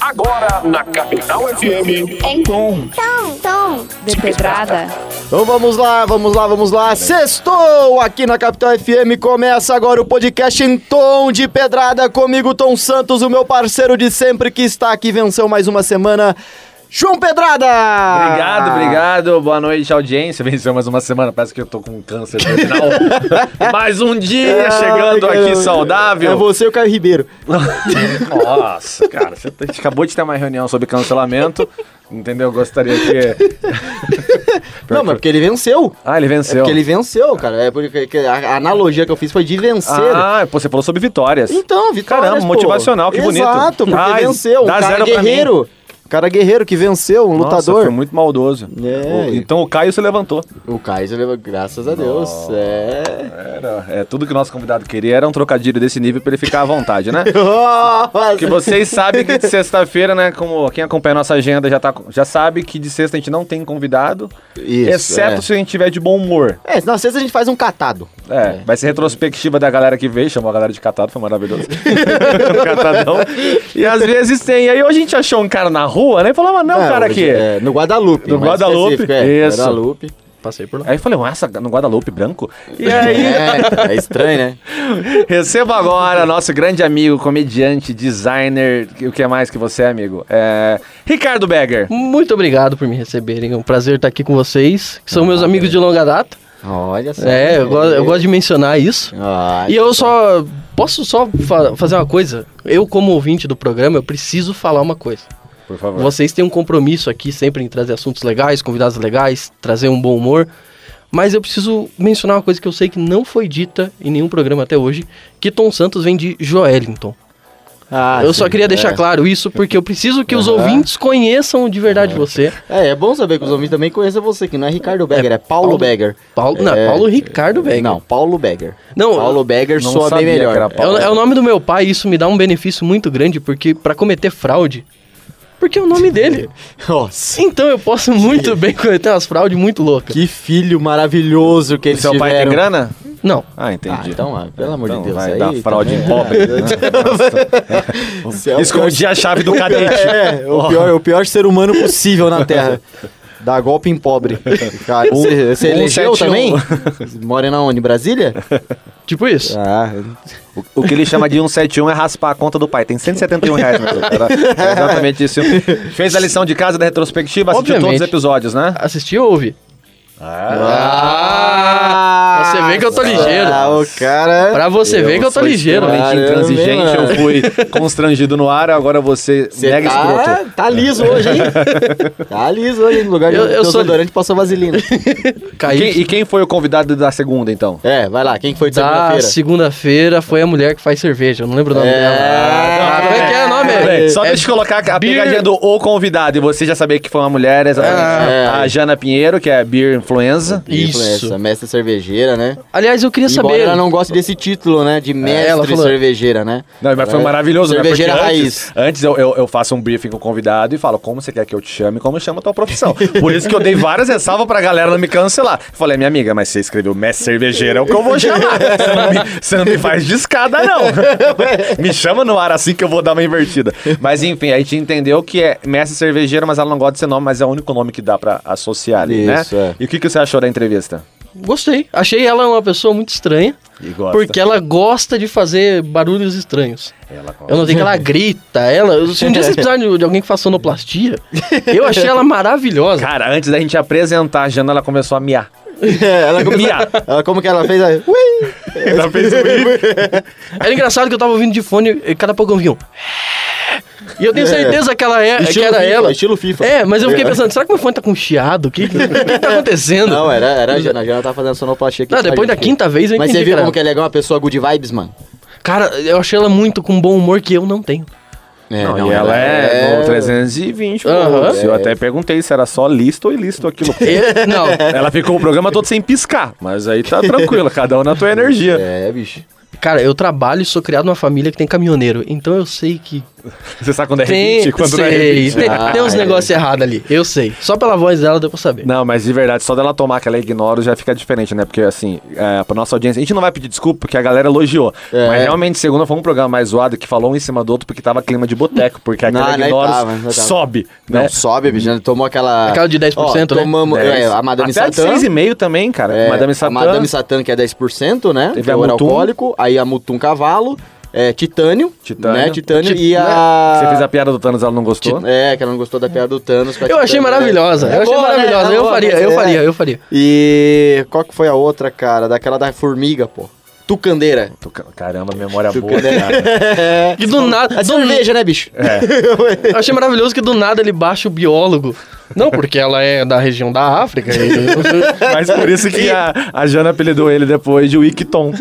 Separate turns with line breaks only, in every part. Agora na Capital FM.
Em tom. Tom. Tom.
De pedrada.
Então vamos lá, vamos lá, vamos lá. Sextou aqui na Capital FM. Começa agora o podcast em tom de pedrada comigo, Tom Santos, o meu parceiro de sempre que está aqui, venceu mais uma semana. João Pedrada!
Obrigado,
Ah.
obrigado. Boa noite, audiência. Venceu mais uma semana. Parece que eu tô com câncer no final. mais um dia chegando
Ai,
aqui
cara,
saudável. Ah,
É você e o Caio Ribeiro.
Nossa, cara, você tá- a gente acabou de ter uma reunião sobre cancelamento. Entendeu? Eu Gostaria que.
Não, mas porque ele venceu.
Ah, ele
É
venceu.
porque ele venceu, cara. É porque que a a analogia que eu fiz foi de vencer.
Ah, pô, você falou sobre vitórias.
Então, vitórias,
Caramba,
pô.
motivacional, que bonito.
Exato, porque
Ai,
venceu. Um
dá
cara
zero pra mim.
guerreiro. Um cara guerreiro que venceu, um
Nossa,
lutador.
foi muito maldoso.
É.
O- Então o Caio se levantou.
O Kaiser, leva- graças a Deus. É.
Era, é, tudo que o nosso convidado queria era um trocadilho desse nível pra ele ficar à vontade, né? Porque
Nossa.
vocês sabem que de sexta-feira, né, como quem acompanha a nossa agenda já, tá, já sabe que de sexta a gente não tem convidado,
Isso,
exceto
é.
se a gente tiver de bom humor.
É, na sexta a gente faz um catado.
É, vai ser retrospectiva da galera que veio, chamou a galera de catado, foi maravilhoso. Catadão. E às vezes tem. Aí hoje a gente achou um cara na rua, né, e falou, mas não,
É,
cara
hoje,
aqui.
É, no Guadalupe.
No
mais
Guadalupe,
específico, É,
isso.
Guadalupe. Passei por lá.
Aí eu falei, nossa, no Guadalupe branco? E aí,
É, é estranho, né?
recebo agora nosso grande amigo, comediante, designer, o que mais que você é, amigo? É, Ricardo Begger.
Muito obrigado por me receberem. É um prazer estar aqui com vocês, que são meus amigos de longa data.
Olha só.
É, eu, go- eu gosto de mencionar isso.
Ai,
E eu só. Posso só fa- fazer uma coisa? Eu, como ouvinte do programa, eu preciso falar uma coisa.
Por favor.
Vocês têm um compromisso aqui sempre em trazer assuntos legais, convidados legais, trazer um bom humor. Mas eu preciso mencionar uma coisa que eu sei que não foi dita em nenhum programa até hoje, que Tom Santos vem de Joelinton.
ah,
eu
sim,
só queria deixar
é.
claro isso, porque eu preciso que os
Aham.
ouvintes conheçam de verdade você.
É, é bom saber que os homens também conhecem você, que não é Ricardo Begger, é, Paulo,
Paulo-
Begger.
Paulo, não,
É.
Paulo Ricardo Beck.
Não, Paulo Begger.
Não,
Paulo Begger
não
soa bem
sabia
melhor.
que era
É
Paulo.
o, é o nome do meu pai, isso me dá um benefício muito grande, porque para cometer fraude. Porque é o nome dele.
Nossa,
Então eu posso muito bem cometer umas fraudes muito loucas.
que filho maravilhoso que eles
Seu pai tem
tiveram.
grana?
Não.
Ah, entendi.
Ah, então, ah, pelo amor
Então,
de Deus.
Vai
aí
dar fraude em
também-
pobre. né?
Você é o
Escondi a chave do
pior-
cadete.
É, o pior, o pior ser humano possível na Terra. Dá golpe em pobre. Cara, você você
um
elegeu
sete, um.
também? Mora na onde? Brasília?
Tipo isso.
Ah,
O que ele chama de 171 é raspar a conta do pai. Tem 171 reais, meu filho. Era exatamente isso. Fez a lição de casa da retrospectiva, assistiu
Obviamente.
todos os episódios, né?
Assistir ou ouvir?
Ah,
você vê que eu tô ligeiro.
Ah, o cara.
Pra você ver que eu tô
sou
ligeiro.
extremamente
Caramba,
intransigente,
mano.
eu fui constrangido no ar, agora você
Você
mega escroto.
tá, tá liso hoje, hein? tá liso hoje, hein? no lugar de
É. Eu- eu
teu
sou-
desodorante passou vaselina.
Caí.
Quem- e quem foi o convidado da segunda, então?
É, vai lá, quem que foi de
da
segunda-feira?
segunda-feira foi a mulher que faz cerveja. Eu não lembro o nome
É.
dela.
Ah,
como é que é o nome?
tudo bem.
É-
Só deixa eu colocar a
Beer-
pegadinha do o convidado e você já saber que foi uma mulher, exatamente.
É.
A Jana Pinheiro, que é a Beer Influenza.
Influencer,
Isso.
mestre "É, cervejeira, né?
Aliás, eu queria
Embora
saber.
ela não goste desse título, né? De mestre
ela falou-
cervejeira, né?
Não, mas foi maravilhoso, né?
Cervejeira
Porque
raiz.
Antes, antes eu, eu, eu faço um briefing com o convidado e falo como você quer que eu te chame, como chama a tua profissão. Por isso que eu dei várias ressalvas pra galera não me cancelar. Falei, minha amiga, mas você escreveu mestre cervejeira, é o que eu vou chamar. Você não me, você não me faz de escada, não. me chama no ar assim que eu vou dar uma invertida. Mas enfim, a gente entendeu que é mestre cervejeira, mas ela não gosta desse nome, mas é o único nome que dá pra associar ali,
Isso,
né?
é.
E o que, que você achou da entrevista?
Gostei. Achei ela uma pessoa muito estranha.
E gosta.
Porque ela gosta de fazer barulhos estranhos.
Ela
Eu não sei que ela grita, ela. Se um dia vocês precisarem de, de alguém que faça sonoplastia, eu achei ela maravilhosa.
Cara, antes da gente apresentar a Jana, ela começou a miar.
ela começou...
Miar.
ela, como que ela fez? Aí, Ui!
Ela fez o
Era engraçado que eu tava ouvindo de fone e cada pouco eu ouvia um. E eu tenho certeza que ela é, que
Estilo
era
FIFA,
ela.
estilo FIFA.
É, mas eu fiquei pensando, será que meu fone tá com chiado? O que, o que tá acontecendo?
Não, era, era a Jana. A Jana tava fazendo sonoplastia aqui.
Não, depois da quinta vez eu
Mas
entendi.
você viu
cara.
como que é legal uma pessoa good vibes, mano?
Cara, eu achei ela muito com um bom humor que eu não tenho.
É,
Não, e ela é, no 320,
Aham.
volts. Eu até perguntei se era só listo ou ilícito aquilo.
É.
Eu- não.
ela ficou o programa todo sem piscar, mas aí tá tranquilo, cada um na tua energia.
É, bicho.
Cara, eu trabalho e sou criado numa família que tem caminhoneiro. Então eu sei que.
Você sabe quando é
Tem,
rebite? Quando não é
sei,
rebite.
tem, tem
Ah,
uns negócios errados ali. Eu sei. Só pela voz dela deu pra saber.
Não, mas de verdade, só dela tomar que ela ignora já fica diferente, né? Porque, assim, é, pra nossa audiência, a gente não vai pedir desculpa porque a galera elogiou.
É.
Mas realmente, segunda foi um programa mais zoado que falou um em cima do outro porque tava clima de boteco. Porque
Não,
aquela
não
ignora
tava, não tava.
sobe,
Não,
né?
sobe, bicho. já Tomou aquela.
Aquela de 10%,
Ó,
né?
Tomamos. é, a Madame
Até a de
Satã.
6,5 também, cara.
É,
Madame Satã.
A Madame Satã, que é 10%, né?
Teve
Que é
a
ouro
Mutum.
alcoólico. Aí a Mutum Cavalo. É, Titânio.
Titânio. né?
Né? Titânio.
Ti-
e a...
Você fez a piada do Thanos, ela não gostou?
Ti- É, que ela não gostou da piada do Thanos. com a
Eu achei
Titânio, né?
maravilhosa.
É
Eu achei
boa, né?
maravilhosa.
É
Eu
boa,
faria,
né?
eu faria,
É.
eu faria.
E qual que foi a outra, cara? Daquela da formiga, pô. Tucandeira.
Tu- Caramba, memória boa, né, cara.
Tucandeira.
E do nada.
A
do
cerveja, né, bicho?
Eu achei maravilhoso que do nada ele baixa o biólogo. Não, porque ela é da região da África. e-
Mas por isso que a, a Jana apelidou ele depois de Wikiton.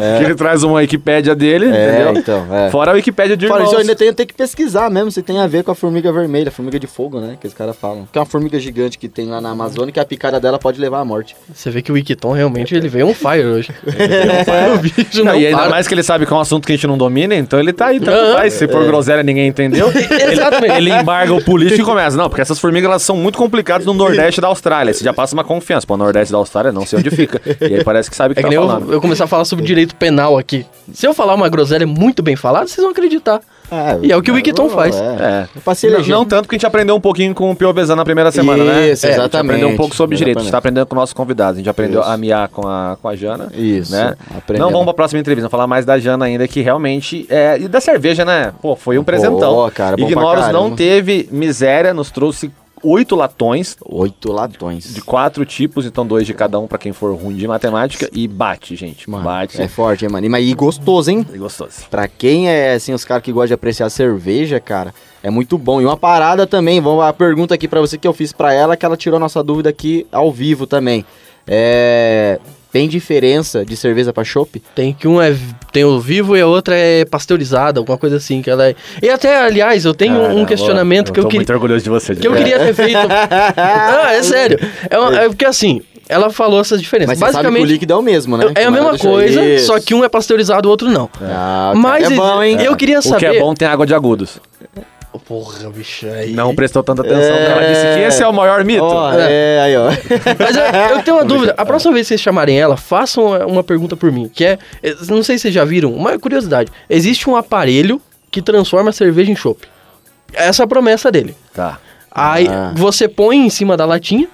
é. Que ele traz uma Wikipédia dele,
É,
entendeu?
então, é.
Fora a Wikipédia de
Fora
irmãos.
isso, eu ainda tenho, tenho que pesquisar mesmo se tem a ver com a formiga vermelha, formiga de fogo, né? Que os caras falam. Que é uma formiga gigante que tem lá na Amazônia, que a picada dela pode levar à morte.
Você vê que o Wikiton realmente ele veio on fire hoje. o bicho não,
Não, e ainda
para.
mais que ele sabe que é um assunto que a gente não domina, então ele tá aí, tanto faz. Se for groselha, ninguém entendeu.
Exatamente.
ele embarga o político e começa. Não, porque essas formigas elas são muito complicadas no Nordeste da Austrália. Você já passa uma confiança. Pô, Nordeste da Austrália, não sei onde fica. E aí parece que sabe o que
É que
tá
nem eu,
falando.
eu começar a falar sobre direito penal aqui. Se eu falar uma groselha muito bem falada, vocês vão acreditar. E é o que o Wikiton faz.
É.
Eu passei
Não,
eleger.
não tanto que a gente aprendeu um pouquinho com o Pio Bezan na primeira semana, né?
Isso,
É, A gente
exatamente.
aprendeu um pouco sobre direito. A gente tá
Exatamente.
aprendendo com nossos convidados. A gente aprendeu
Isso.
a miar com a, com a Jana.
Isso,
Né?
aprendendo.
Não vamos pra próxima entrevista, vamos falar mais da Jana ainda, que realmente. É, e da cerveja, né? Pô, foi um presentão.
cara, bom pra
Ignoros não
caramba.
teve miséria, nos trouxe oito latões.
Oito latões.
De quatro tipos, então dois de cada um pra quem for ruim de matemática. E bate, gente.
Mano,
bate.
É forte, hein, mano. E, Mas e gostoso, hein?
E gostoso.
Pra quem é, assim, os caras que gostam de apreciar cerveja, cara, é muito bom. E uma parada também, vamos a pergunta aqui pra você que eu fiz pra ela, que ela tirou a nossa dúvida aqui ao vivo também. É... Tem diferença de cerveja pra chopp?
Tem que um é tem o vivo e a outra é pasteurizada, alguma coisa assim que ela é. E até aliás, eu tenho
Cara,
um questionamento
eu
que eu
tô
queria
muito orgulhoso de você. de
que eu
verdade.
queria ter feito. Não, é sério. É, uma- é porque assim, ela falou essas
Mas
diferenças.
você sabe que o
Basicamente
líquido é o mesmo, né?
é a mesma coisa, só que um é pasteurizado, o outro não. Mas
Mas é bom, hein?
eu queria
O que
saber.
é bom tem água de agudos.
Porra, bicho, é aí.
Não prestou tanta atenção.
É.
Ela disse que esse é o maior mito.
Ó, é, aí, ó.
Mas eu, eu tenho uma dúvida. A próxima vez que vocês chamarem ela, façam uma pergunta por mim, que é, eh, não sei se vocês já viram, uma curiosidade. Existe um aparelho que transforma a cerveja em chopp. Essa é a promessa dele.
Tá.
Aí
Ah.
você põe em cima da latinha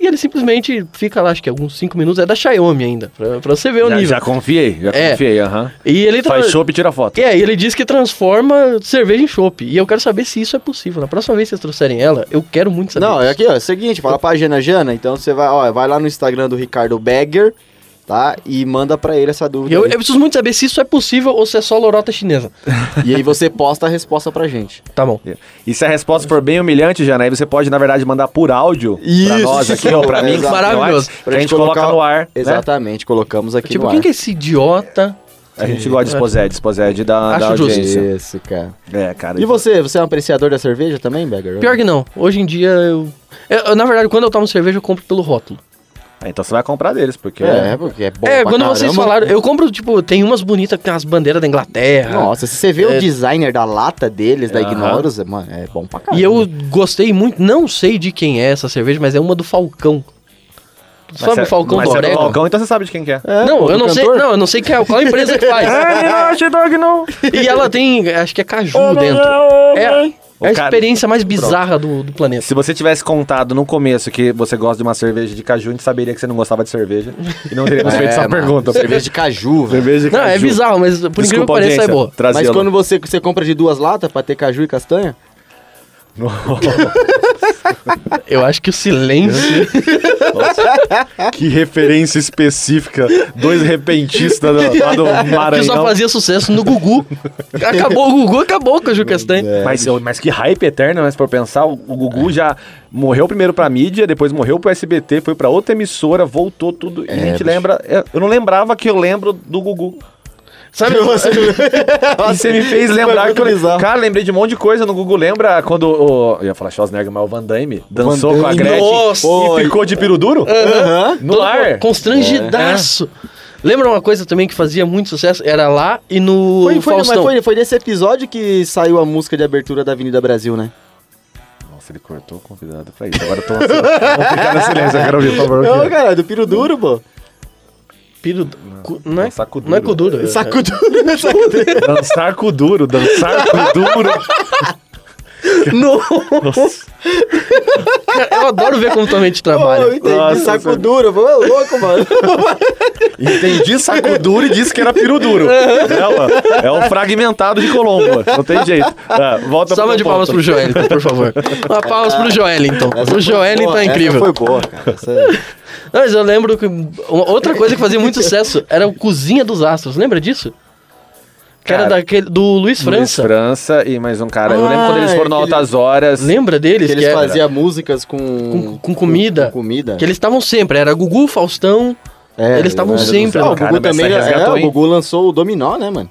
e ele simplesmente fica lá, acho que alguns 5 minutos. É da Xiaomi ainda, pra, pra você ver o
Já,
um nível.
já confiei, já
É.
confiei, aham.
E ele tra-
Faz chopp e tira foto.
É, e ele diz que transforma cerveja em chopp. E eu quero saber se isso é possível. Na próxima vez que vocês trouxerem ela, eu quero muito saber.
Não,
disso.
é aqui, ó. É o seguinte, fala pra Jana Jana, então você vai, ó, vai lá no Instagram do Ricardo Begger, tá? E manda pra ele essa dúvida.
Eu,
aí.
eu preciso muito saber se isso é possível ou se é só lorota chinesa.
E aí você posta a resposta pra gente.
Tá bom.
E se a resposta for bem humilhante, Jana, aí você pode, na verdade, mandar por áudio pra
Isso,
nós aqui, ou pra mim. é?
exato.
Maravilhoso.
Que a gente coloca
colocar-
no ar. né?
Exatamente, colocamos aqui
tipo,
no
quem
ar.
que é esse idiota?
A gente gosta de Sposed, Sposed da, da
Acho justo.
audiência.
Isso, cara.
É, cara.
E você, você é um apreciador da cerveja também, Begger?
Pior que não. Hoje em dia, eu... eu- eu- Na verdade, quando eu tomo cerveja, eu compro pelo rótulo.
Ah, então você vai comprar deles, porque...
É, porque é bom
é,
pra
quando vocês
caramba.
falaram... Eu compro, tipo, tem umas bonitas com as bandeiras da Inglaterra.
Nossa, se você vê
É.
o designer da lata deles, da
Aham.
Ignorus, é, mano, é bom pra caramba.
E eu gostei muito, não sei de quem é essa cerveja, mas é uma do Falcão.
Mas
Sabe
você-
o Falcão
mas
do
você é
Orégano?
Falcão, então você sabe de quem que é.
É,
não,
pô, do
eu não sei,
cantor.
não, eu não sei qual, é- qual é a empresa que faz.
dog não.
e ela tem, acho que é caju dentro. É, é a
Cara,
experiência mais bizarra do, do planeta.
Se você tivesse contado no começo que você gosta de uma cerveja de caju, a gente saberia que você não gostava de cerveja. E não teríamos feito
É,
essa
mano,
pergunta.
Cerveja de caju, velho.
Cerveja de
Não, é
caju.
bizarro, mas por incrível que
Desculpa,
pareça, é
audiência,
boa.
trazê-lo.
Mas quando você, você compra de duas latas pra ter caju e castanha?
Eu acho que o silêncio.
Que referência específica. Dois repentistas do, lá do
que só
Maranhão.
fazia sucesso no Gugu. Acabou o Gugu, acabou o Caju Castanho.
Mas, eu- mas que hype eterno, mas pra eu pensar, o, o Gugu já morreu primeiro pra mídia, depois morreu pro SBT, foi pra outra emissora, voltou tudo. E a gente lembra. é, Eu não lembrava que eu lembro do Gugu.
Sabe?
E você me fez lembrar
muito
que eu.
bizarro.
Cara, lembrei de um monte de coisa no Gugu. Lembra quando o. Eu ia falar Schwarzenegger, mas o Van Damme dançou
Van
com a
Damme.
Gretchen
Nossa.
e ficou de piruduro? No
Todo
ar.
constrangidaço. Lembra uma coisa também que fazia muito sucesso? Era lá e no
Foi, foi, mas
Faustão.
foi, foi nesse episódio que saiu a música de abertura da Avenida Brasil, né?
Nossa, ele cortou o convidado pra isso. Agora eu tô ansioso. Vamos ficar no silêncio, eu quero ouvir, por favor.
Não, cara, é do Piro Duro, pô.
Piro- cu- não, é,
saco
não é
duro.
cu duro. é-
Saco duro, né? Saco duro.
Dançar com o duro, dançar com o duro.
Cara, eu adoro ver como tua mente
Pô, eu
trabalha.
entendi,
Nossa,
saco
senhora.
duro, pô, é louco, mano.
Entendi saco duro e disse que era piru duro. É, ó, é um fragmentado de Colombo. Não tem jeito. Ah, volta
Salva de palmas pro Joel, então, por favor. Uma palmas pro Joel, então. O Joel
Pô,
tá
essa
incrível.
foi boa, cara. Essa-
Não, mas eu lembro que uma outra coisa que fazia muito sucesso era o Cozinha dos Astros. Lembra disso? Que era
Cara,
daquele do Luiz França.
França. França e mais um cara. eu lembro quando eles
Ah,
foram no
aquele-
Altas Horas.
Lembra deles?
Que eles
era-
faziam músicas com...
Com- com comida.
Com, comida.
Que eles estavam sempre. Era Gugu, Faustão.
É,
eles estavam
mas eu
sempre
não sei.
lá.
Ah, o Gugu
Cara, mas
também,
essa
é,
resgatou,
o
hein?
Gugu lançou o Dominó, né, mano?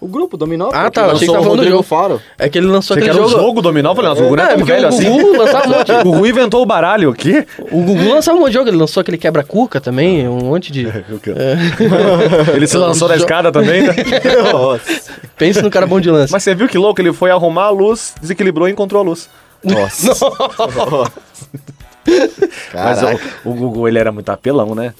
O grupo Dominó.
Ah,
pô,
tá, achei
lançou
que tava
o
falando do
Rodrigo
jogo.
Faro.
É que ele lançou
Você quer
aquele
um
jogo.
jogo dominó? Eu Falei, nossa, o Gugu não é
É,
tão
porque
velho
o Gugu
assim.
lançava um monte.
O Gugu inventou o baralho aqui.
O Gugu lançava um monte de jogo. Ele lançou aquele quebra-cuca também. Um monte de.
Ele se lançou da escada também, né?
Nossa.
Pensa no cara bom de lance.
Mas você viu que louco? Ele foi arrumar a luz, desequilibrou e encontrou a luz. Mas
Caraca.
o, o Gugu, ele era muito apelão, né?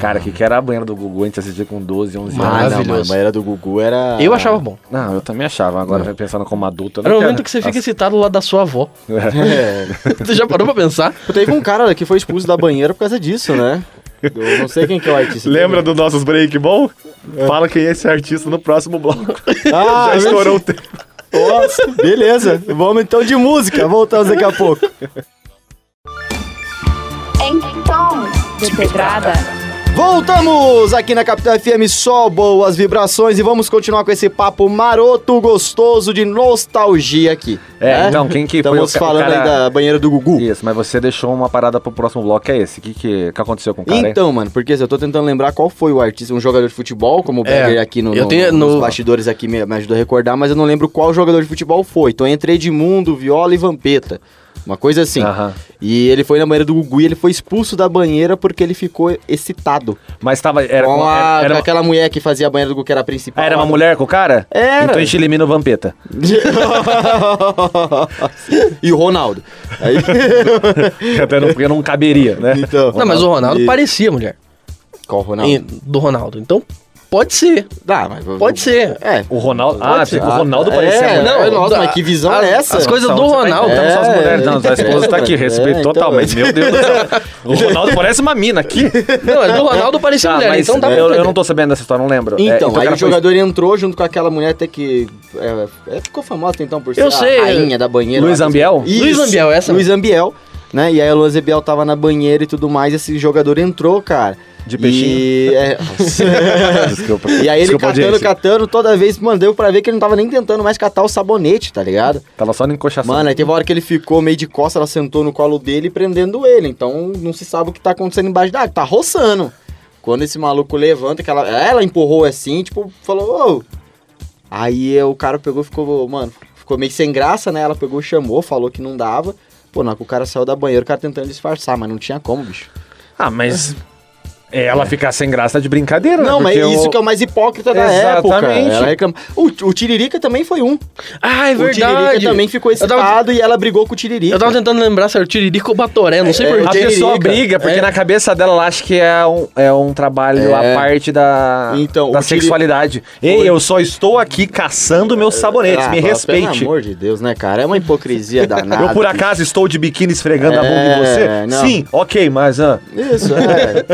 Cara, o que, que era a banheira do Gugu? A gente assistia com 12, 11 anos.
Ah, não,
Maravilhoso.
mano, mas era do Gugu, era...
Eu achava bom.
Não, eu também achava. Agora, pensando como adulto... eu
Era o
não
momento
quero.
que você fica excitado lá da sua avó.
assim.
É.
Você já parou pra pensar?
Teve um cara que foi expulso da banheira por causa disso, né? Eu não sei quem que é o artista.
Lembra dos nossos break bom? Fala quem é esse artista no próximo bloco.
Ah,
Já estourou o
estourou.
tempo.
Nossa, beleza. Vamos então de música. Voltamos daqui a pouco.
Em tom de pedrada.
Voltamos aqui na Capital FM, só boas vibrações e vamos continuar com esse papo maroto, gostoso de nostalgia aqui.
É,
né?
então, quem que foi
Estamos
o ca- o
falando
cara-
aí da banheira do Gugu.
Isso, mas você deixou uma parada pro próximo bloco, que é esse. O que, que, que aconteceu com o cara? é. hein?
Então, mano, porque assim, eu tô tentando lembrar qual foi o artista, um jogador de futebol, como o
É,
Berger aqui no,
eu
no-
tenho-
nos
no-
bastidores aqui me, me ajudou a recordar, mas eu não lembro qual jogador de futebol foi. Então entre Edmundo, Viola e Vampeta. Uma coisa assim.
Aham.
E ele foi na banheira do Gugu e ele foi expulso da banheira porque ele ficou excitado.
Mas tava... Era,
com a-
era,
com
era,
aquela mulher que fazia a banheira do Gugu, que era a principal.
Ah, era uma mulher com o cara?
Era.
Então a gente elimina o Vampeta.
e o Ronaldo. Aí-
Até não, porque não caberia, né?
então,
Não, mas o Ronaldo
e-
parecia mulher.
Qual o Ronaldo?
E- do Ronaldo. Então, pode ser.
Dá, mas...
Pode ser.
É.
O Ronaldo...
Pode
Ah,
ser.
você- o Ronaldo
Ah,
parecia
é,
mulher.
não, é, nossa, mas que visão
as,
é essa?
As coisas
Então,
do
você tá
Ronaldo.
inventando só as
É,
mulheres. Não, sua esposa tá aqui,
é,
respeito
então-
total, mas meu Deus do céu. O Ronaldo parece uma mina aqui.
Não, é do Ronaldo parecia
Tá,
mulher.
mas
então dá pra
eu, eu
entender.
não tô sabendo dessa história, não lembro. É,
Então,
o
aí
cara
o jogador entrou junto com aquela mulher até que... é, é, ficou famosa até então por ser
Eu
a
sei.
rainha da banheira.
Luiz
lá, assim.
Ambiel?
Isso.
Luiz Ambiel, essa
Luiz Ambiel, né? E aí o Luiz Ambiel tava na banheira e tudo mais, esse jogador entrou, cara.
De peixinho?
E, é,
foi- Desculpa.
e aí ele
Desculpa,
catando,
audiência.
catando, toda vez mandeu pra ver que ele não tava nem tentando mais catar o sabonete, tá ligado?
Tava só na encoxação.
Mano, aí teve uma hora que ele ficou meio de costa, ela sentou no colo dele prendendo ele. Então não se sabe o que tá acontecendo embaixo da água, tá roçando. Quando esse maluco levanta, que ela, ela empurrou assim, tipo, falou, ô. Aí eh, o cara pegou, ficou, mano, ficou meio sem graça, né? Ela pegou, chamou, falou que não dava. Pô, na hora que o cara saiu da banheira, o cara tentando disfarçar, mas não tinha como, bicho.
Ah, mas... Ela ficar sem graça de brincadeira, né?
Não, mas
Porque
isso
o-
que é o mais hipócrita da
Exatamente.
época. Ela reclama- O, o Tiririca também foi um.
Ah, é
O Tiririca
verdade.
também ficou
Eu
excitado
tava-
e ela brigou com o Tiririca.
Eu tava tentando lembrar se era o Tiririca ou o Batoré, não sei
É,
A
porquê.
Tiririca.
pessoa briga, porque
É.
na cabeça dela ela acha que é um, é um trabalho
É.
à parte da,
Então,
da
o Tiri-
sexualidade. Ei, eu só estou aqui caçando meus sabonetes,
Ah,
me
pelo
respeite.
amor de Deus, né, cara? É uma hipocrisia danada.
Eu por acaso estou de biquíni esfregando a bunda em
É,
você?
não.
Sim, ok, mas ah,
Isso, é.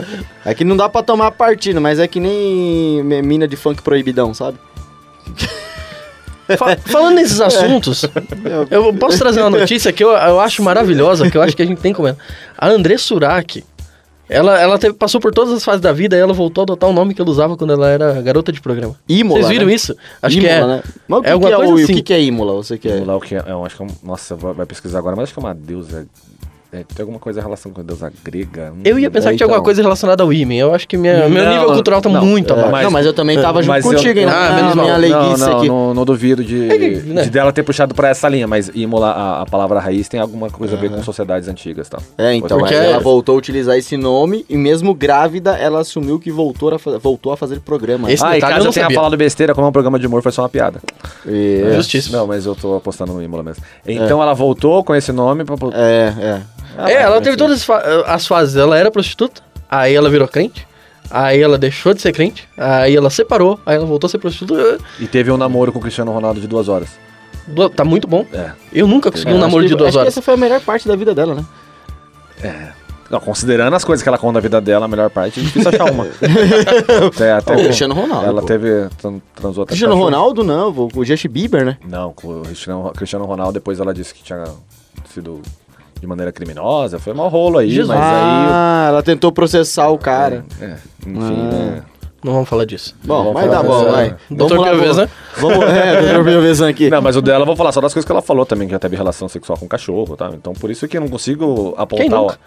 É que não dá pra tomar partido, mas é que nem mina de funk proibidão, sabe?
Fa- falando nesses
É.
assuntos, eu posso trazer uma notícia que eu, eu acho maravilhosa, que eu acho que a gente tem que comentar. A André Surak, ela, ela teve- passou por todas as fases da vida e ela voltou a adotar o nome que ela usava quando ela era garota de programa.
Ímola,
Vocês viram
né?
isso? Acho
Ímola,
que é.
Né? Mas o que,
é alguma
que é
coisa
o, o
assim.
que, que é ímola? Você que é...
vamos lá o que é. Eu acho que é um- nossa, vai vai pesquisar agora, mas acho que é uma deusa É, tem alguma coisa em relação com a deusa grega? Hum,
Eu ia pensar
é,
que tinha alguma
então.
coisa relacionada ao Imen. Eu acho que
É,
minha, meu
Não,
nível cultural tá
não,
muito
é,
abaixo.
mas-
não, mas eu também tava junto
Mas eu-
contigo, hein?
Ah,
na
menos
minha
mal.
Não,
leiguice
não,
aqui. É
não, não duvido de,
que, né?
de dela ter puxado pra essa linha, mas Imola, a, a palavra raiz tem alguma coisa a ver com sociedades antigas, tá?
É, então,
Porque-
ela voltou a utilizar esse nome e mesmo grávida, ela assumiu que voltou a, fa- voltou a fazer programa.
Esse-
Ah, e
detalhe eu
caso
não
eu tenha
sabia.
falado besteira, como é um programa de humor, foi só uma piada.
É,
Justíssimo.
Não, mas eu tô apostando no Imola mesmo. Então ela voltou com esse nome pra...
é, é.
Ah,
é, ela
mas
teve
enfim.
todas as, fa- as fases. Ela era prostituta, aí ela virou crente, aí ela deixou de ser crente, aí ela separou, aí ela voltou a ser prostituta.
É.
E teve um namoro com o Cristiano Ronaldo de duas horas.
Du- Tá muito bom.
É.
Eu nunca consegui um namoro
Acho que-
de
é
duas
acho que
horas.
essa foi a melhor parte da vida dela, né?
Não, considerando as coisas que ela conta da vida dela, a melhor parte, é difícil achar uma. até, até
Ah, o
com-
Cristiano Ronaldo,
Ela
pô.
teve... tran- Transou até
Tá
Cristiano
cachorro.
Ronaldo, não, vou- o Justin Bieber, né?
Não, com o Cristiano, Cristiano Ronaldo, depois ela disse que tinha sido de maneira criminosa. Foi mau rolo aí,
Jesus.
mas aí...
ah, ela tentou processar o cara. Ah.
É, enfim, né?
Não vamos falar disso.
Bom,
Vamos
mas tá
falar
bom,
dessa-
vai.
Dr.
Vamos lá,
Piovesan.
Vamos, vamos- é, Dr. Piovesan aqui.
Não, mas o dela eu vou falar só das coisas que ela falou também, que já teve relação sexual com cachorro, tá? Então por isso que eu não consigo apontar
Quem
o,
nunca?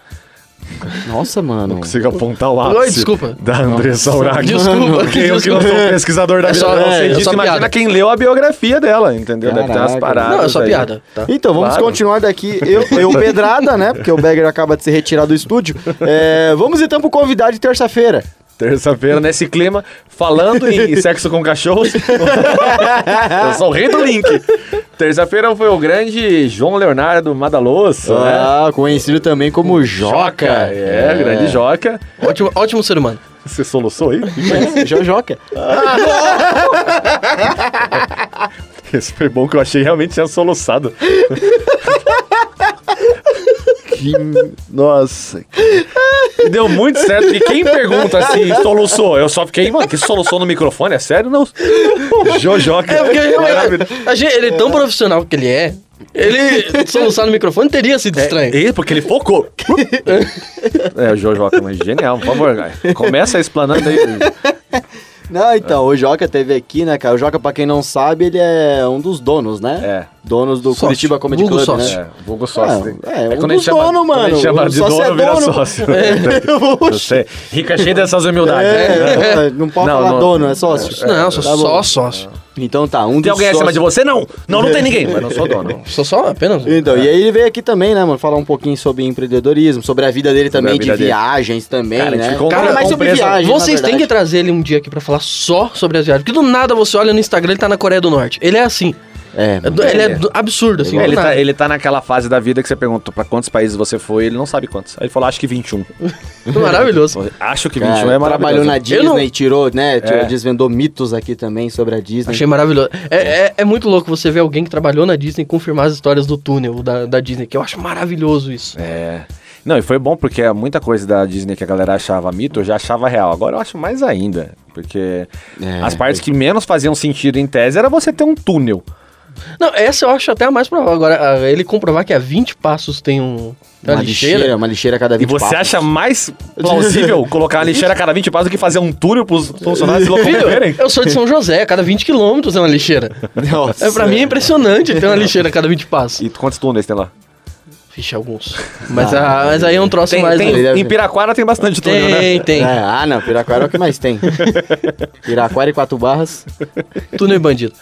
não
Nossa, mano.
consigo apontar o ápice
Oi, desculpa.
da Andressa Urach.
Desculpa,
Porque eu que não sou
desculpa.
pesquisador da
É só-
vida, não
é,
sei
é
disso.
só
Imagina
piada.
quem leu a biografia dela, entendeu? Deve ter umas
Caraca.
paradas
Não, é só
aí.
piada. Tá.
Então, vamos
Claro.
continuar daqui. Eu, eu pedrada, né? Porque o Beggar acaba de ser retirado do estúdio. É, vamos então pro convidado de terça-feira.
Terça-feira, nesse clima, falando em sexo com cachorros. eu sou o rei do link. Terça-feira foi o grande João Leonardo Madaloso, né?
Ah, conhecido também como Joca.
É, grande Joca.
Ótimo, ótimo ser humano.
Você soluçou aí?
É, Jojoca.
Esse foi bom que eu achei realmente tinha soluçado. Que- Nossa. E Deu muito certo. E quem pergunta assim, soluçou? Eu só fiquei, mano, que soluçou no microfone? É sério? Não. Jojoca.
É, porque
Maravilha.
a gente, ele é tão profissional que ele é. Ele soluçar no microfone teria sido estranho.
É, porque ele focou. é, o Jojoca, mas genial. Por favor, cara. Começa explanando aí.
Não, então, o Joca teve aqui, né, cara? O Joca, pra quem não sabe, ele é um dos donos, né?
É.
Donos do
Sócio.
Curitiba Comedy
Vulgo
Club,
sócio.
né?
É, vulgo sócio.
Ah, é, um
quando a gente
dos
chama-
dono,
quando a
mano.
gente chama
O
de
sócio é
dono, vira
dono.
sócio. né? Eu sei. Rica é cheio dessas humildades. né?
É, não pode
Não,
falar
não.
dono, é sócio.
Não, sou
Tá bom.
só sócio.
Então tá, um
Tem alguém
dos
acima de
sócios-
você? Não. Não, não tem ninguém. Mas não sou dono.
Sou só apenas. um.
Então,
É.
e aí ele veio aqui também, né, mano? Falar um pouquinho sobre empreendedorismo, sobre a vida dele também,
a vida
de
dele.
viagens também,
Cara, a gente
né?
ficou
Cara,
um
mais
tempão
sobre
preso.
viagens, na
Vocês têm que
verdade.
trazer ele um dia aqui pra falar só sobre as viagens. Porque do nada você olha no Instagram, ele tá na Coreia do Norte. Ele é assim.
É,
É do-
É.
Ele é do- absurdo, assim.
É,
do
ele,
nada.
tá, ele tá naquela fase da vida que você pergunta pra quantos países você foi, ele não sabe quantos. Aí ele falou, acho que 21.
Maravilhoso.
Acho que 21
cara,
é
trabalhou
maravilhoso.
na Disney,
não-
tirou, né? tirou-
É.
Desvendou mitos aqui também sobre a Disney.
Achei maravilhoso. É, é, é muito louco você ver alguém que trabalhou na Disney confirmar as histórias do túnel da, da Disney, que eu acho maravilhoso isso.
É. Não, e foi bom porque é muita coisa da Disney que a galera achava mito, eu já achava real. Agora eu acho mais ainda. Porque
É.
as partes que menos faziam sentido em tese era você ter um túnel.
Não, essa eu acho até a mais provável. Agora, a- ele comprovar que a 20 passos tem um, tem
uma lixeira, uma lixeira a cada
E
20
você
papos.
acha mais plausível colocar a lixeira a cada 20 passos do que fazer um túnel pros funcionários se
Filho,
locomoverem?
eu sou de São José, a cada 20 quilômetros é uma lixeira.
Nossa.
É, pra mim é impressionante ter uma lixeira a cada 20 passos.
E quantos túneis tem lá?
Vixe, alguns. Mas, a- mas aí é um troço
Tem,
mais.
tem-
deve-
em Piraquara tem bastante túnel, né?
tem. tem.
É, ah, não, Piraquara é o que mais tem. Piraquara e quatro barras.
Túnel e bandido.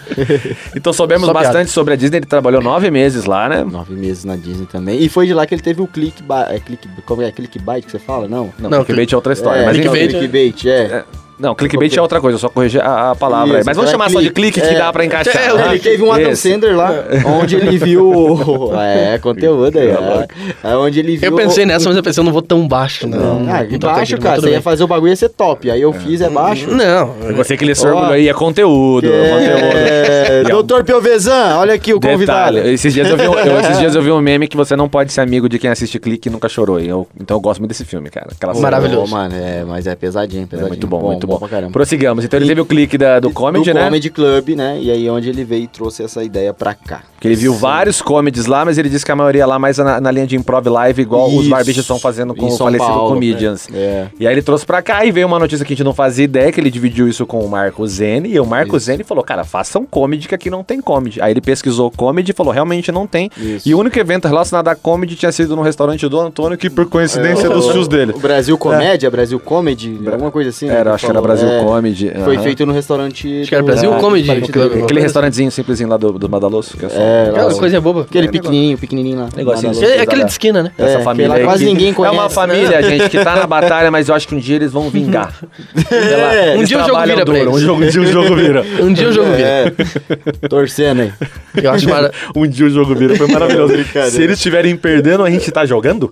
Então soubemos
Só piada.
bastante sobre a Disney, ele trabalhou nove meses lá, né?
Nove meses na Disney também. E foi de lá que ele teve o click, é, click como é clickbait que você fala, não?
Não,
Não,
clickbait é outra história.
é,
mas enfim.
então,
clickbait,
clickbait, é.
Não, clickbait é outra coisa, eu só corrigir a, a palavra
Isso,
aí. Mas vamos
então é
chamar só de
clique,
clique que
é.
dá pra encaixar.
É,
né?
Ele teve um Adam
Esse.
Sandler lá, onde ele viu. o- É, conteúdo aí. É, É onde ele viu.
Eu pensei nessa, mas eu pensei, eu não vou tão baixo, não.
Então,
Não, ah,
Não tá
baixo,
tranquilo,
cara.
mas
Você
tudo
ia fazer o bagulho ia ser top. Aí eu fiz, é baixo.
bem. Não,
Eu gostei que ele se
Ó.
orgulhou aí, é conteúdo, é conteúdo.
É, Doutor Piovesan, olha aqui o convidado.
Detalhe, esses dias, eu vi um, eu- esses dias eu vi um meme que você não pode ser amigo de quem assiste clique e nunca chorou. E eu- então eu gosto muito desse filme, cara. Aquela cena-
Maravilhoso.
Pô, mano, é, mas é pesadinho, pesadinho.
muito bom, muito muito bom.
pra caramba.
Prossigamos. Então ele
E-
teve o clique da- do comedy,
do
né?
Comedy Club, né? E aí onde ele veio e trouxe essa ideia pra cá.
Que ele viu
Sim.
vários comedies lá, mas ele disse que a maioria lá mais na, na linha de improv live, igual os
Isso.
barbichas estão fazendo com
Em
o
São
falecido
Paulo,
Comedians.
É.
E aí ele trouxe pra cá e veio uma notícia que a gente não fazia ideia, que ele dividiu isso com o Marco Zene. E o Marco
Isso.
Zene falou, cara, faça um comedy que aqui não tem comedy. Aí ele pesquisou comedy e falou, realmente não tem.
Isso.
E o único evento relacionado a comedy tinha sido no restaurante do Antônio, que por coincidência é dos tios dele. É.
O Brasil Comédia, Brasil Comedy, alguma coisa assim. né,
Era,
que
acho que era
falou,
Brasil
é.
Comedy.
Foi
aham.
feito no restaurante.
Acho que era
do-
Brasil
Ah,
Comedy,
parente
Club,
dele.
Aquele restaurantezinho simplesinho lá do, do Madaloso. que é só-
É, lá,
Aquela
o-
coisa é boba.
Aquele
É,
pequenininho, pequenininho lá.
Negocinho
Lá
assim.
na-
É aquele de esquina, né?
Essa
É,
família
aquela
aí.
quase
que-
ninguém
É uma
conhece.
família, gente, que tá na batalha, mas eu acho que um dia eles vão vingar.
É.
Eles
Um dia o jogo
trabalham
vira pra
duro,
eles.
Um, jogo, um dia o jogo vira.
Um dia o jogo vira.
É, torcendo aí.
Eu acho mara...
Um dia o jogo vira. Foi maravilhoso.
Brincadeira.
Se eles estiverem perdendo, a gente tá jogando?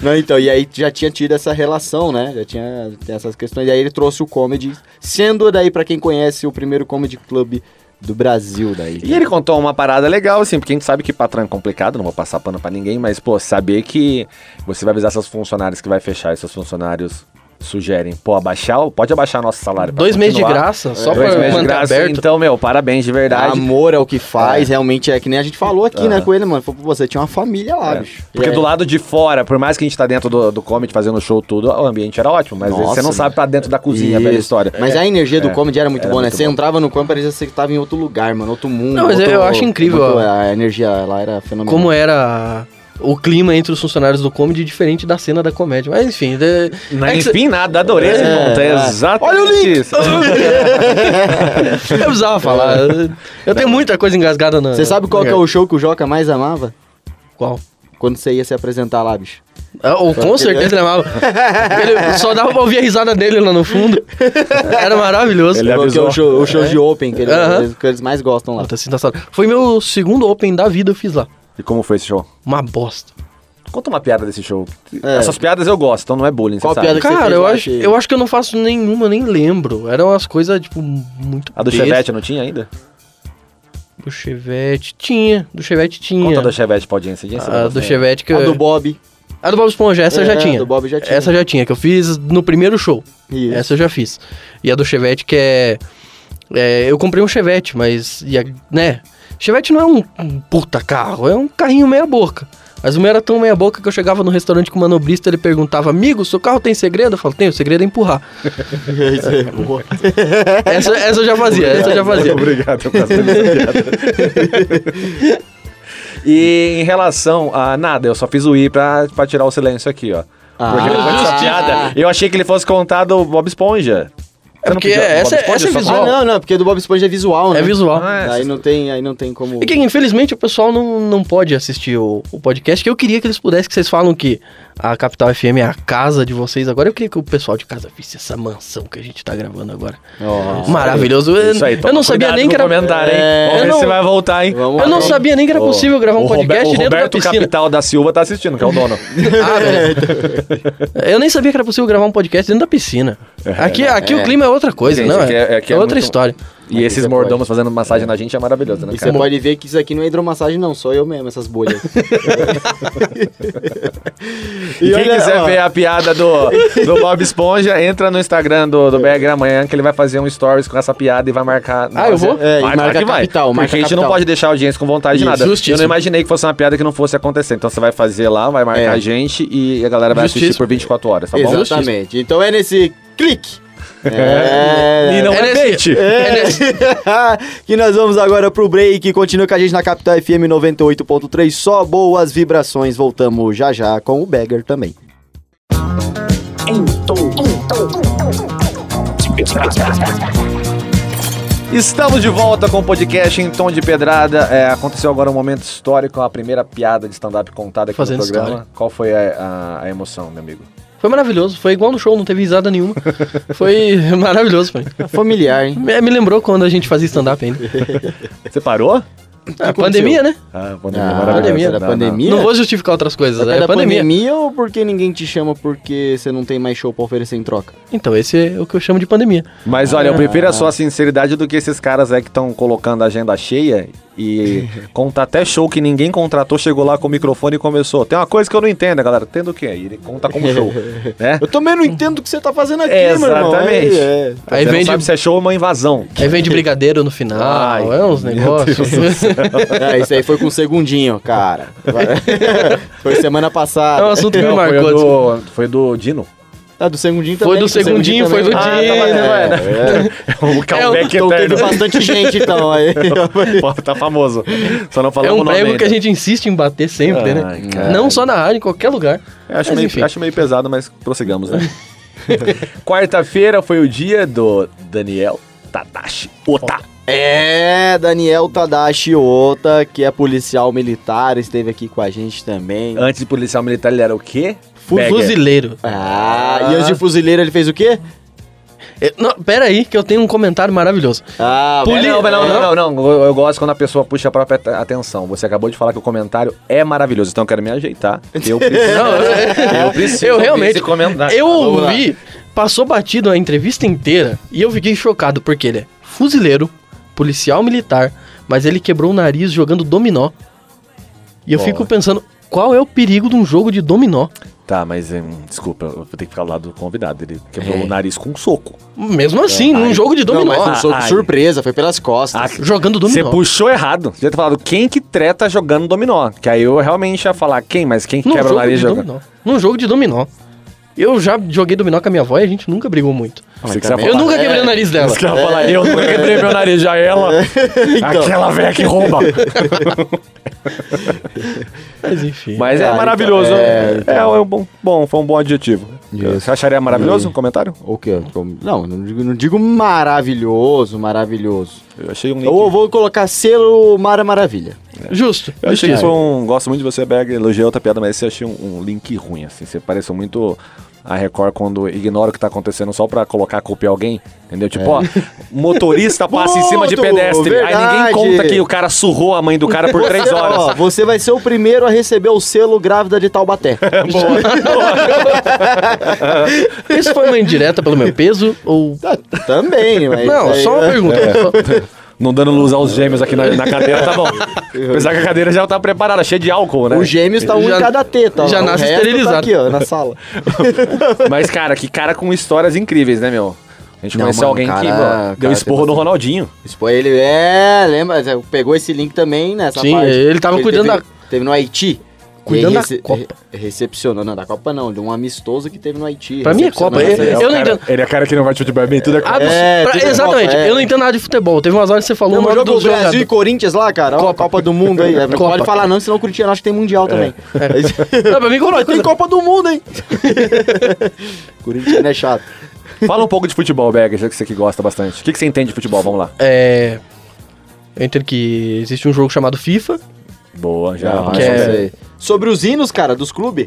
Não, então, e aí já tinha tido essa relação, né? Já tinha tem essas questões. E aí ele trouxe o comedy, sendo daí, pra quem conhece, o primeiro comedy club do Brasil daí.
E ele contou uma parada legal, assim, porque a gente sabe que patrão é complicado, não vou passar pano pra ninguém, mas, pô, saber que você vai avisar seus funcionários que vai fechar, e seus funcionários sugerem, pô, abaixar, pode abaixar nosso salário. pra
Dois meses de
continuar.
graça, só
Dois
pra
meses
manter
de graça.
aberto.
Então, meu, parabéns de verdade.
Amor é o que faz, realmente é que nem a gente falou aqui, né,
Aham.
com ele, mano. Falou, pô, você tinha uma família lá, bicho.
Porque
E aí-
do lado de fora, por mais que a gente tá dentro do, do comedy fazendo show tudo, o ambiente era ótimo, mas
Nossa,
você não
mano.
sabe pra dentro da cozinha,
Isso.
velha história.
É.
Mas é- a energia do comedy era muito
era
boa, né?
muito
Você
bom.
entrava no comedy, parecia que você tava em outro lugar, mano, outro mundo.
Não, mas
outro-
eu acho incrível,
outro-
ó.
A energia lá era fenomenal.
Como é? era o clima entre os funcionários do comedy diferente da cena da comédia. Mas enfim, é-
Não,
é que
enfim, nada, adorei esse
É,
ponto. É,
é.
exatamente
Olha o link!
isso.
cê- eu precisava falar. Eu- Eu tenho muita coisa engasgada na.
Você sabe qual
na-
que é o show que o Joca mais amava?
Qual?
Quando você ia se apresentar lá, bicho.
Ah, Ou com certeza ele amava. Ele só dava pra ouvir a risada dele lá no fundo. Era maravilhoso.
Ele
Porque é um
avisou.
o show, o show de Open, que ele-
Aham.
eles, que eles mais gostam lá.
Puta, assim, tá só- Foi meu segundo Open da vida, eu fiz lá.
E como foi esse show?
Uma bosta.
Conta uma piada desse show.
É.
Essas piadas eu gosto, então não é bullying,
Qual
você sabe.
piada que- você fez
Cara, eu
lá,
acho,
que-
eu acho que eu não faço nenhuma, nem lembro. Eram umas coisas, tipo, muito.
A do
besta.
Chevette não tinha ainda?
Do Chevette. Tinha. Do Chevette tinha.
Conta a do Chevette pra audiência. audiência vai
A do
gostar.
Chevette que
A
eu-
do Bob.
A do Bob Esponja, essa eu
É,
já tinha.
do Bob já tinha.
Essa eu já tinha, que eu fiz no primeiro show.
Isso.
Essa eu já fiz. E a do Chevette que é... é, eu comprei um Chevette, mas... e a- né? Chevette não é um, um puta carro, é um carrinho meia boca. Mas o meu era tão meia boca que eu chegava no restaurante com o manobrista, ele perguntava, amigo, seu carro tem segredo? Eu falo, tem, o segredo é empurrar.
Isso aí, boa.
Essa, essa eu já fazia,
É.
essa eu já fazia.
Obrigado, eu gosto dessa piada. E em relação a nada, eu só fiz o I pra, pra tirar o silêncio aqui, ó. Porque depois dessa piada, eu achei que ele fosse contar do Bob Esponja. Você não
porque
pediu do Bob
essa-
Esponja,
essa é
só-
visual.
Ah, não, não, porque do Bob Esponja é visual, né?
É visual.
Ah, é.
Aí não tem, aí não tem como.
E que, infelizmente, o pessoal não, não pode assistir o, o podcast, que eu queria que eles pudessem, que vocês falam que a Capital FM é a casa de vocês agora. Eu queria que o pessoal de casa visse essa mansão que a gente tá gravando agora.
Ó.
Maravilhoso. Eu-
Isso aí, toma
eu não sabia
cuidado
nem
com
que
o
era.
Comentário, hein?
É,
Vamos
eu
ver se
não-
vai voltar, hein?
Vamos
Eu não
lá.
sabia nem que era
Ô,
possível gravar um
o Roberto-
podcast
o
dentro da
Roberto
piscina.
Capital da Silva tá assistindo, que é o dono.
Ah, beleza. eu nem sabia que era possível gravar um podcast dentro da piscina. Aqui, aqui o clima é outra coisa,
Gente,
não?
aqui é- aqui é
é outra
muito-
história.
e esses
você
mordomos fazendo massagem na gente é maravilhoso, né,
E
cara?
você pode ver que isso aqui não é hidromassagem, não, sou eu mesmo, essas bolhas.
E quem
olha,
quiser
ó,
ver a piada do, do Bob Esponja, entra no Instagram do, do BR amanhã, que ele vai fazer um stories com essa piada e vai marcar.
Ah, eu vou?
É, e
vai,
marca
marca que vai.
capital,
porque
marca
a gente não
capital.
pode deixar a audiência com vontade de
Isso,
nada.
justíssimo.
Eu não imaginei que fosse uma piada que não fosse acontecer. Então você vai fazer lá, vai marcar
É.
a gente e a galera vai assistir
Justíssimo.
por 24 horas, tá bom?
Exatamente. Então é nesse clique. É.
E não
É
é,
nesse-
bait.
É nesse-
que nós vamos agora pro break. Continua com a gente na Capital FM 98.3. Só boas vibrações. Voltamos já já com o Beggar também.
Em tom de pedrada.
Estamos de volta com o podcast em tom de pedrada. É, aconteceu agora um momento histórico, a primeira piada de stand-up contada aqui
Fazendo
no programa.
história.
Qual foi a, a- a emoção, meu amigo?
Foi maravilhoso, foi igual no show, não teve risada nenhuma. Foi maravilhoso, foi.
É Familiar, hein?
É, Me, me lembrou quando a gente fazia stand-up ainda.
Você parou?
Ah, pandemia, né?
Ah, pandemia,
Ah,
maravilhosa.
pandemia.
Não,
Da pandemia.
Não vou justificar outras coisas,
É
é
da pandemia.
pandemia.
ou porque ninguém te chama porque você não tem mais show pra oferecer em troca?
Então, esse é o que eu chamo de pandemia.
não. Mas olha, eu prefiro a sua sinceridade do que esses caras aí que estão colocando a agenda cheia E conta até show que ninguém contratou, chegou lá com o microfone e começou. Tem uma coisa que eu não entendo, né, galera. Tendo o quê? E ele conta como show, né?
Eu também não entendo o que você tá fazendo aqui, meu irmão.
Exatamente.
É, é.
Aí
Você não
vende-
sabe se é show ou uma invasão.
Aí vende brigadeiro no final,
Ai,
é uns
meu
negócios.
É, isso aí foi com um segundinho, cara. foi semana
é um
passada.
assunto que me
Não, foi,
marcou. assim.
do, foi do Dino.
Ah, do segundinho
Foi
também.
do segundinho, foi do
também.
Dino.
Ah, tá, mas não é, né?
O callback
Então teve
É eterno.
bastante gente, então. Aí.
Pô, tá famoso. Só não
É
falamos
um
o nome
prego que a
ainda.
gente insiste em bater sempre,
Ai,
né?
cara.
Não só na rádio, em qualquer lugar.
Acho
Mas
meio,
enfim.
acho meio pesado, mas prossigamos, né? Quarta-feira foi o dia do Daniel Tadashi Ota.
É, Daniel Tadashi Ota, que é policial militar, esteve aqui com a gente também.
Antes de policial militar, ele era o quê? Bagger.
Fuzileiro.
Ah, e antes de fuzileiro ele fez o quê?
É, Não, pera aí, que eu tenho um comentário maravilhoso.
Ah,
É,
Poli-
Não, mas não, não, não, não. Eu, eu gosto quando a pessoa puxa a própria at- atenção. Você acabou de falar que o comentário é maravilhoso, então eu quero me ajeitar. Eu preciso.
Não,
eu preciso
eu
ouvir
realmente.
esse comentário.
Eu
Vamos lá.
ouvi, passou batido a entrevista inteira e eu fiquei chocado, porque ele é fuzileiro, policial militar, mas ele quebrou o nariz jogando dominó. E eu
Ó.
fico pensando, qual é o perigo de um jogo de dominó?
Tá, mas hum, desculpa, eu vou ter que ficar ao lado do convidado. Ele quebrou
É.
o nariz com um soco.
Mesmo
É.
assim, num
ai,
jogo de
Não,
dominó.
mas não
Ah,
sou
ai.
surpresa, foi pelas costas.
Ah,
Jogando
Você
dominó.
puxou errado. Você devia ter falado quem que treta jogando dominó. Que aí eu realmente ia falar quem, mas quem que
Num
quebra o
jogo
nariz
de
jogando.
dominó. Num jogo de dominó. Eu já joguei dominó com a minha avó e a gente nunca brigou muito.
Você
Mas
que sabe
também-
Eu É.
falar.
nunca quebrei o nariz dela.
Isso que eu ia falar, eu nunca quebrei meu nariz, já é ela.
Então.
Aquela velha que rouba.
Mas enfim.
Mas é
Ah,
maravilhoso.
então, é,
É,
então.
é um bom, bom, foi um bom adjetivo.
Isso.
Você acharia maravilhoso
E-
um comentário?
O quê? Como- Não, não digo, não digo maravilhoso, maravilhoso.
Eu achei um link.
Eu vou colocar selo Mara Maravilha.
Justo.
Eu achei que
justiça.
foi um. Gosto muito de você, Berg, elogiei outra piada, mas você achei um, um link ruim, assim. Você pareceu muito a Record quando ignora o que tá acontecendo só pra colocar a culpa em alguém. Entendeu? Tipo, ó, motorista passa em cima de
É. Moto,
pedestre. Aí ninguém
verdade. é
conta que o cara surrou a mãe do cara por três
Ó,
horas.
você vai ser o primeiro a receber o selo grávida de Taubaté.
Isso foi uma indireta pelo meu peso ou. É.
Tá, Também, mas.
Não,
aí- é.
só uma pergunta.
Não dando luz aos gêmeos aqui na, na cadeira, tá bom. Apesar que a cadeira já tá preparada, cheia de álcool, né?
O gêmeo está um
Já-
em cada teta. ó.
já
O
nasce
resto tá
esterilizado.
aqui, ó, na sala.
Mas, cara, que cara com histórias incríveis, né, meu? A gente
Não,
conheceu
mano,
alguém
cara-
que mano,
cara tipo assim,
deu
tem
esporro no
bastante.
Ronaldinho.
Isso foi ele. É, lembra? Zé, Pegou esse link também nessa
Sim,
parte.
ele tava cuidando
teve,
da-
Teve no Haiti.
Cuidando
E
da
rece-
Copa.
re- recepcionou, não, da Copa não, de um amistoso que teve no Haiti.
Pra mim é
Recepcionou
Copa,
essa-
Eu-
Ele é o
eu não
cara-
entendo.
Ele é cara que não vai de futebol, é bem tudo é Copa.
Abs-
É,
pra-
tudo é
exatamente,
Copa, é.
eu não entendo nada de futebol. Teve umas horas que você falou
Não,
o
mas
nome
jogo
do
Brasil
jogador.
e Corinthians lá, cara. Copa, Copa É. do Mundo aí. É,
Copa.
Pode falar não, senão o Corinthians acho que tem Mundial também.
Não, pra mim, qualquer
Tem
coisa.
Copa do Mundo, hein? Corinthians é chato.
Fala um pouco de futebol, Berg, já que você que gosta bastante. O que, que você entende de futebol? Vamos lá.
É. Entre que existe um jogo chamado FIFA.
Boa, já.
Ah,
começou.
não sei. Sobre os hinos, cara, dos clubes.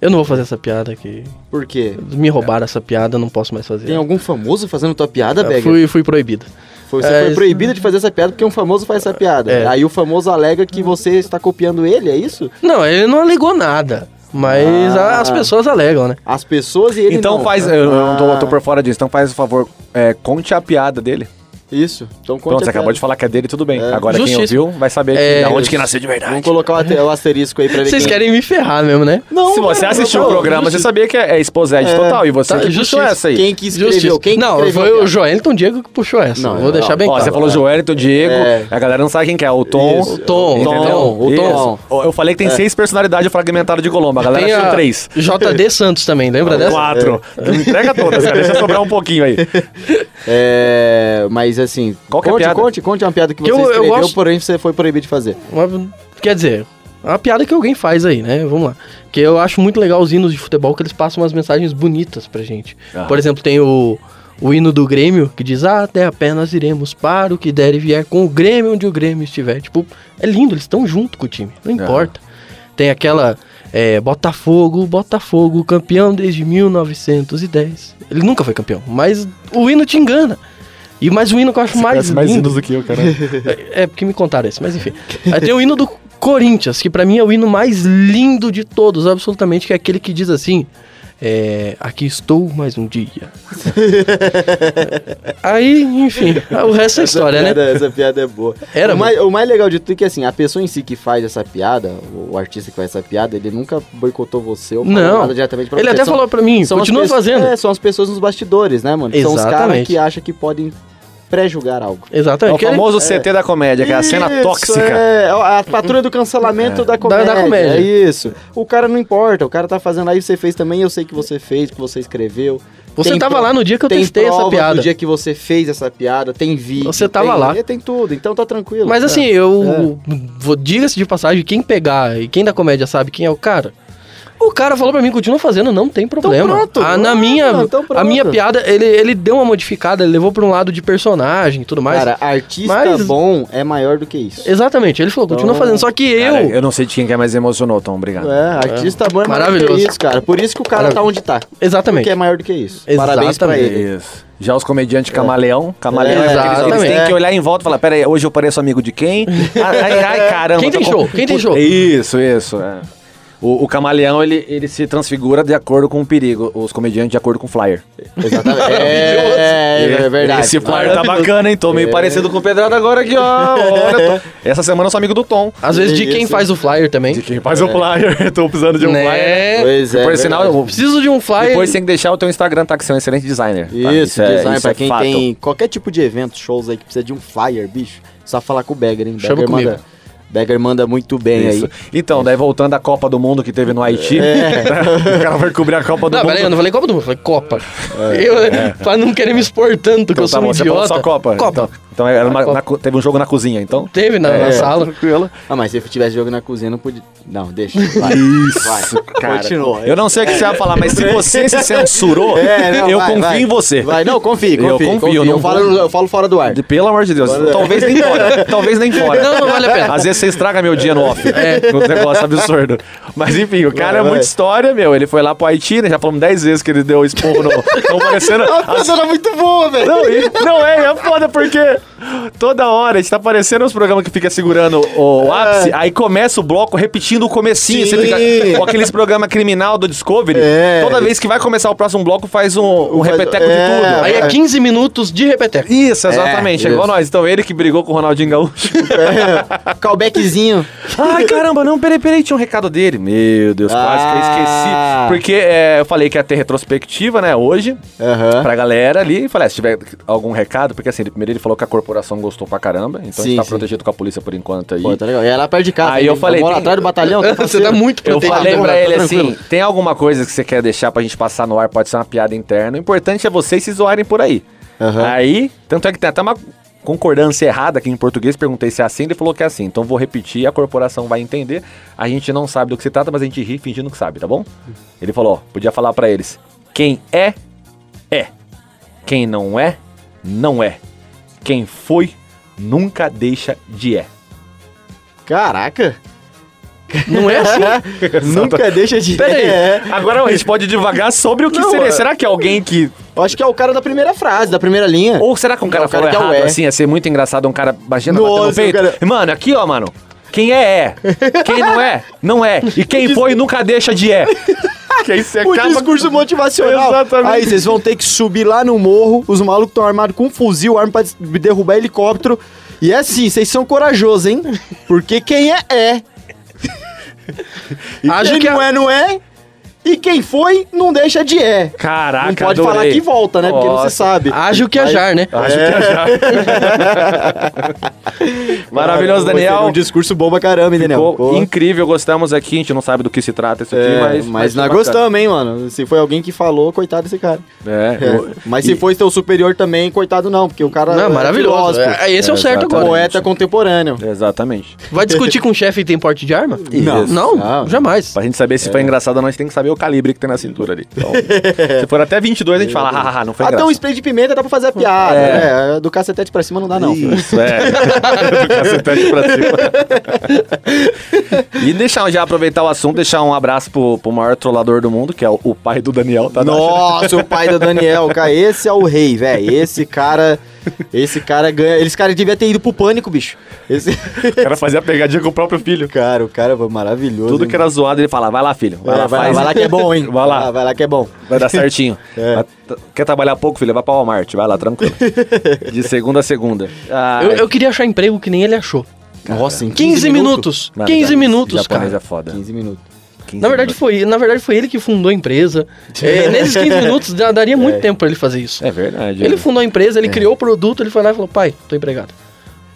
Eu não vou fazer essa piada aqui.
Por quê?
Me roubaram essa piada, eu não posso mais fazer.
É.
Tem algum famoso fazendo tua piada,
Eu
Beg?
fui, fui proibido.
Você
É,
foi
isso-
proibido de fazer essa piada porque um famoso faz essa piada.
É.
Aí o famoso alega que você está copiando ele, é isso?
Não, ele não alegou nada. Mas
Ah.
as pessoas alegam, né?
As pessoas e ele
Então
não.
faz. Eu, eu não tô,
Ah,
eu tô por fora disso. Então faz o favor, é, conte a piada dele.
Isso. Então conte
Pronto, você
a
acabou
piada.
de falar que é dele, tudo bem.
É.
Agora quem
Justiça.
ouviu vai saber
É,
que, da onde
isso.
que nasceu de verdade.
Vamos colocar o ate- o asterisco aí pra ver
Vocês
quem-
querem me ferrar mesmo, né?
Não,
Se você
cara,
assistiu
não,
o
não.
programa, você sabia que é, é exposed
É.
total. E você
Tá,
que puxou
justiça.
essa aí.
Quem que escreveu?
Justiça.
Quem que
não,
escreveu
foi
a
o
piada?
Joelton Diego que puxou essa.
Não,
Vou
não.
deixar bem
Ó,
claro.
você falou Joelito, Diego,
É.
a galera não sabe quem que é, o Tom.
Isso.
O
Tom,
entendeu?
Tom, o Tom. É.
Isso. Eu falei que tem seis personalidades fragmentadas de Colombo, a galera
Tem
achou
a É.
três.
JD Santos também, lembra dessa?
Quatro. Entrega todas, cara, deixa sobrar um pouquinho aí.
É, mas assim,
Qual que é a
conte,
piada?
conte, conte uma piada que você
Que eu- eu
escreveu,
gosto-
porém você foi proibido de fazer.
Uma- Quer dizer, uma piada que alguém faz aí, né? Vamos lá. Que eu acho muito legal os hinos de futebol, que eles passam umas mensagens bonitas pra gente.
Ah.
Por exemplo, tem o, o hino do Grêmio, que diz, ah, até a pé nós iremos para o que der e vier com o Grêmio onde o Grêmio estiver. Tipo, é lindo, eles estão junto com o time, não importa. Tem aquela, é, Botafogo, Botafogo, campeão desde 1910. Ele nunca foi campeão, mas o hino te engana. E mais o hino que eu acho é mais, lindo.
do que eu, cara.
É, é porque me contaram isso, mas enfim. Aí tem o hino do Corinthians, que pra mim é o hino mais lindo de todos, absolutamente, que é aquele que diz assim: É, aqui estou mais um dia. Aí, enfim, o resto é história, né?
piada, Essa piada é boa.
Era
o, mais, o mais legal de tudo é que assim, a pessoa em si que faz essa piada, o artista que faz essa piada, ele nunca boicotou você ou falou
Não.
nada diretamente pra
Ele
você.
até
São-
falou pra mim,
são as
continua
pessoas-
fazendo.
É, são as pessoas nos bastidores, né, mano? São os caras
Exatamente.
que acham que podem pré-julgar algo.
É
Exatamente.
o
que ele-
famoso CT da comédia, que é a cena
Isso,
tóxica.
É, a patrulha do cancelamento da comédia.
da comédia.
É isso. O cara não importa, o cara tá fazendo aí, você fez também, eu sei que você fez, que você escreveu.
Você
Tem
tava
pro-
lá no dia que eu
tem
testei essa
prova
piada.
do dia que você fez essa piada, tem vídeo.
Você tava
tem-
lá.
é, Tem tudo, então tá tranquilo.
Mas assim,
é.
eu. vou- Diga-se de passagem, quem pegar e quem da comédia sabe quem é o cara. O cara falou pra mim, continua fazendo, não tem
Então
problema.
pronto,
Ah,
é,
na
pronto,
minha,
então pronto.
a minha piada, ele, ele deu uma modificada, ele levou pra um lado de personagem e tudo mais.
Cara, artista
mas-
bom é maior do que isso.
Exatamente, ele falou, continua
Então-
fazendo. Só que eu.
Cara, eu não sei de quem que é, mas emocionou, Tom. Obrigado.
É, artista bom é maior do que
Maravilhoso.
isso, cara. Por isso que o cara tá onde tá.
Exatamente.
Porque é maior do que isso. Parabéns pra
Exatamente.
ele.
É Isso. Já os comediantes camaleão,
É,
camaleão é, aqueles que eles
exatamente.
têm que olhar em volta e falar, pera aí, hoje eu pareço amigo de quem? Ah, Ai, ai, ai, caramba.
Quem tem
tô
show? Quem tem show?
Isso, isso. é. O, o camaleão, ele, ele se transfigura de acordo com o perigo, os comediantes de acordo com o flyer.
Exatamente. É, é, verdade.
Esse flyer tá bacana, hein? Tô meio parecido com o Pedrado agora aqui, ó. Olha, tô- Essa semana eu sou amigo do Tom. É.
Às vezes de
Isso.
quem faz o flyer também.
De quem faz o flyer, tô precisando assim. de um
Né?
flyer.
Pois é.
Por sinal,
verdade.
eu-
Preciso de um flyer.
depois tem que deixar o teu Instagram, tá? Que você é um excelente designer. tá?
Isso,
é-
design
isso
pra
é
quem
fato.
tem qualquer tipo de evento, shows aí que precisa de um flyer, bicho. Só falar com o Beggar, hein?
Chama
Beggar
comigo.
manda, Beggar manda muito bem
Isso.
aí.
Então, daí voltando à Copa do Mundo que teve no Haiti. o cara vai cobrir a Copa do
Não,
Mundo.
peraí, eu não falei Copa do Mundo, eu falei Copa. eu, Pra não querer me expor tanto, que
É, Então, tá
eu sou
bom,
um
você falou
idiota.
só Copa.
Copa.
Então, então era uma-
Copa.
na co- teve um jogo na cozinha, então.
Teve na, na
É,
sala.
Tranquilo.
Ah, mas se eu tivesse jogo na cozinha, não podia. Não, deixa. Vai.
Isso, cara.
Continua.
Eu não sei o que você vai falar, mas se você se censurou,
É, não,
eu
vai,
confio
vai.
em você.
Vai, não, confie, confie.
Eu confio, eu não
eu, falo,
vou-
eu falo fora do ar.
Pelo amor de Deus. Talvez nem fora. Talvez nem fora.
Não, não vale a pena.
Às vezes você estraga meu dia no off. É. Um negócio absurdo. Mas enfim, o cara é
vai.
muita história, meu. Ele foi lá pro Haiti, né? Já falamos 10 vezes que ele deu esporro no. Estão parecendo.
A pessoa Ah, era muito boa, velho.
Não, e- não é, é foda porque toda hora a gente tá aparecendo os programas que fica segurando o,
É.
o ápice, aí começa o bloco repetindo o comecinho, você
Sim.
fica com aqueles programas criminal do Discovery,
É.
toda vez que vai começar o próximo bloco faz um, um
Faz-
repeteco
é.
de tudo.
Aí é 15 minutos de repeteco.
Isso, exatamente, é, igual
isso.
nós. Então ele que brigou com o Ronaldinho Gaúcho.
É, callbackzinho.
Ai, caramba, não, peraí, peraí, tinha um recado dele. Meu Deus, quase que eu esqueci.
Ah.
Porque é, eu falei que ia ter retrospectiva, né, hoje.
Aham.
pra galera ali e falei, ah, se tiver algum recado, porque assim, ele- primeiro ele falou que a corporação gostou pra caramba, então a
Sim,
gente tá
sim.
protegido com a polícia por enquanto aí.
Pô, tá legal. E ela perto de casa.
Aí eu falei,
Mora
tem-
atrás do batalhão. tá
Você tá
parceiro?
muito
Eu
protegido.
falei
Tá bom,
pra
tá
ele
tranquilo.
assim, tem alguma coisa que você quer deixar pra gente passar no ar, pode ser uma piada interna, o importante é vocês se zoarem por aí.
Aham.
Aí, tanto é que tem até uma concordância errada aqui em português, perguntei se é assim, ele falou que é assim, então vou repetir, a corporação vai entender, a gente não sabe do que se trata, mas a gente ri fingindo que sabe, tá bom? Ele falou, ó, podia falar pra eles, quem é, é. Quem não é, não é. Quem foi, nunca deixa de é.
Caraca.
Não é assim.
Nunca deixa de...
Peraí,
É.
agora a gente pode devagar sobre o que
Não,
seria.
é-
Será que alguém que.
Eu acho que é o cara da primeira frase, da primeira linha.
Ou será que um cara,
o cara
falou
que é o
errado
é.
assim? Ia ser muito engraçado um cara imagina batendo no
Nossa,
peito.
o cara-
Mano, aqui ó, mano. Quem é, é. Quem não é, não é. E quem foi, nunca deixa de é. que aí você
O
acaba.
discurso motivacional.
Exatamente.
Aí vocês vão ter que subir lá no morro, os malucos estão armados com um fuzil, arma pra des- derrubar helicóptero. E é assim, vocês são corajosos, hein? Porque quem é, é. E
Acho
quem
que
não
a-
é, não é. E quem foi, não deixa de é.
Caraca,
não pode
adorei.
falar que volta, né? Porque não se
Nossa.
sabe.
Ágil que ajar, né?
Acho que é já. Maravilhoso,
Foi
Daniel.
Um discurso bom pra caramba, hein, Daniel? né?
Ficou
Pô.
incrível, gostamos aqui. A gente não sabe do que se trata isso aqui,
É,
mas.
mas,
foi
nós
bacana.
gostamos, hein, mano? Se foi alguém que falou, coitado desse cara.
É,
É,
eu-
Mas se
e-
foi seu superior também, coitado não, porque o cara
Não,
é
maravilhoso.
filósofo,
É, esse é
É,
o
exatamente.
certo agora.
poeta contemporâneo.
Exatamente.
Vai discutir com o chefe e tem porte de arma?
Não.
Não,
Não.
jamais.
Pra gente saber se
É.
foi engraçado ou não, a gente tem que saber o calibre que tem na cintura ali. Então, se for até 22, a gente fala, hahaha, não foi
Até um
engraçado.
spray de pimenta dá pra fazer a piada. É. do cacetete pra cima não dá, não.
Isso, é. Do cacetete pra cima. e deixar, já aproveitar o assunto, deixar um abraço pro, pro maior trollador do mundo, que é o, o pai do Daniel, tá?
Nossa, o pai do Daniel, cara, esse é o rei, velho. Esse cara Esse cara ganha. Esse cara devia ter ido pro pânico, bicho. Esse...
O cara fazia pegadinha com o próprio filho.
cara, o cara foi maravilhoso.
Tudo que
hein?
era zoado, ele falava, vai lá, filho. Vai
É,
lá,
vai, lá,
faz.
vai lá que é bom, hein?
Vai lá.
Vai lá que é bom.
Vai dar certinho.
É.
Vai- t- Quer trabalhar pouco, filho? Vai pra Walmart. Vai lá, tranquilo. De segunda a segunda. Ah,
Eu, eu queria achar emprego que nem ele achou.
Nossa, em
15, minutos.
mano,
15
ja-
minutos,
japonês
cara.
é foda.
15 minutos.
15
Na verdade,
minutos.
foi, na verdade, foi ele que fundou a empresa. É, nesses 15 minutos já daria muito tempo pra ele fazer isso.
É verdade.
Ele fundou a empresa, ele criou o produto, ele foi lá e falou: pai, tô empregado.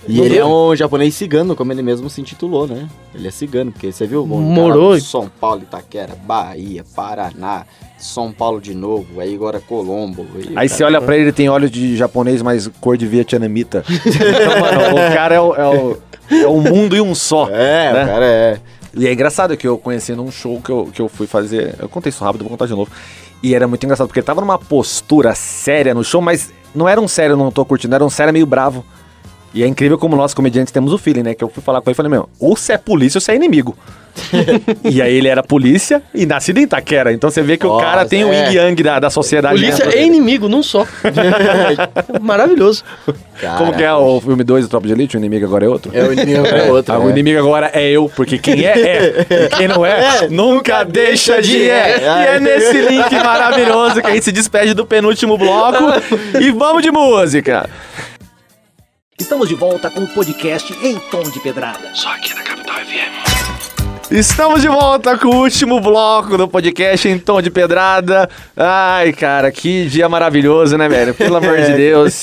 E ele é um japonês cigano, como ele mesmo se intitulou, né? Ele é cigano, porque você viu? bom,
Morou.
cara, São Paulo, Itaquera, Bahia, Paraná, São Paulo de novo, aí agora Colombo. e-
Aí você olha pra ele, ele tem olhos de japonês, mas cor de vietnamita. Então, mano, o cara é o, é o, é o mundo e um só.
É,
né?
o cara é.
E é engraçado que eu conheci num show que eu, que eu fui fazer. Eu contei isso rápido, vou contar de novo. E era muito engraçado, porque ele tava numa postura séria no show, mas não era um sério, não tô curtindo, era um sério meio bravo. E é incrível como nós comediantes temos o feeling, né? Que eu fui falar com ele e falei, meu, ou você é polícia ou você é inimigo. e aí ele era polícia e nascido em Itaquera. Então você vê que o
Nossa,
cara tem o
é.
yin yang da, da sociedade.
Polícia
né?
é inimigo, não só. Maravilhoso.
Como que é o filme 2 do Tropa de Elite? O inimigo agora é outro?
É o inimigo, é outro.
Ah, O
né?
inimigo agora é eu, porque quem é, é. E quem não é, nunca deixa de é. E é nesse link maravilhoso que a gente se despede do penúltimo bloco. E vamos de música.
Estamos de volta com o podcast Em Tom de Pedrada.
Estamos de volta com o último bloco do podcast em tom de pedrada. Ai, cara, que dia maravilhoso, né, velho? Pelo amor de Deus.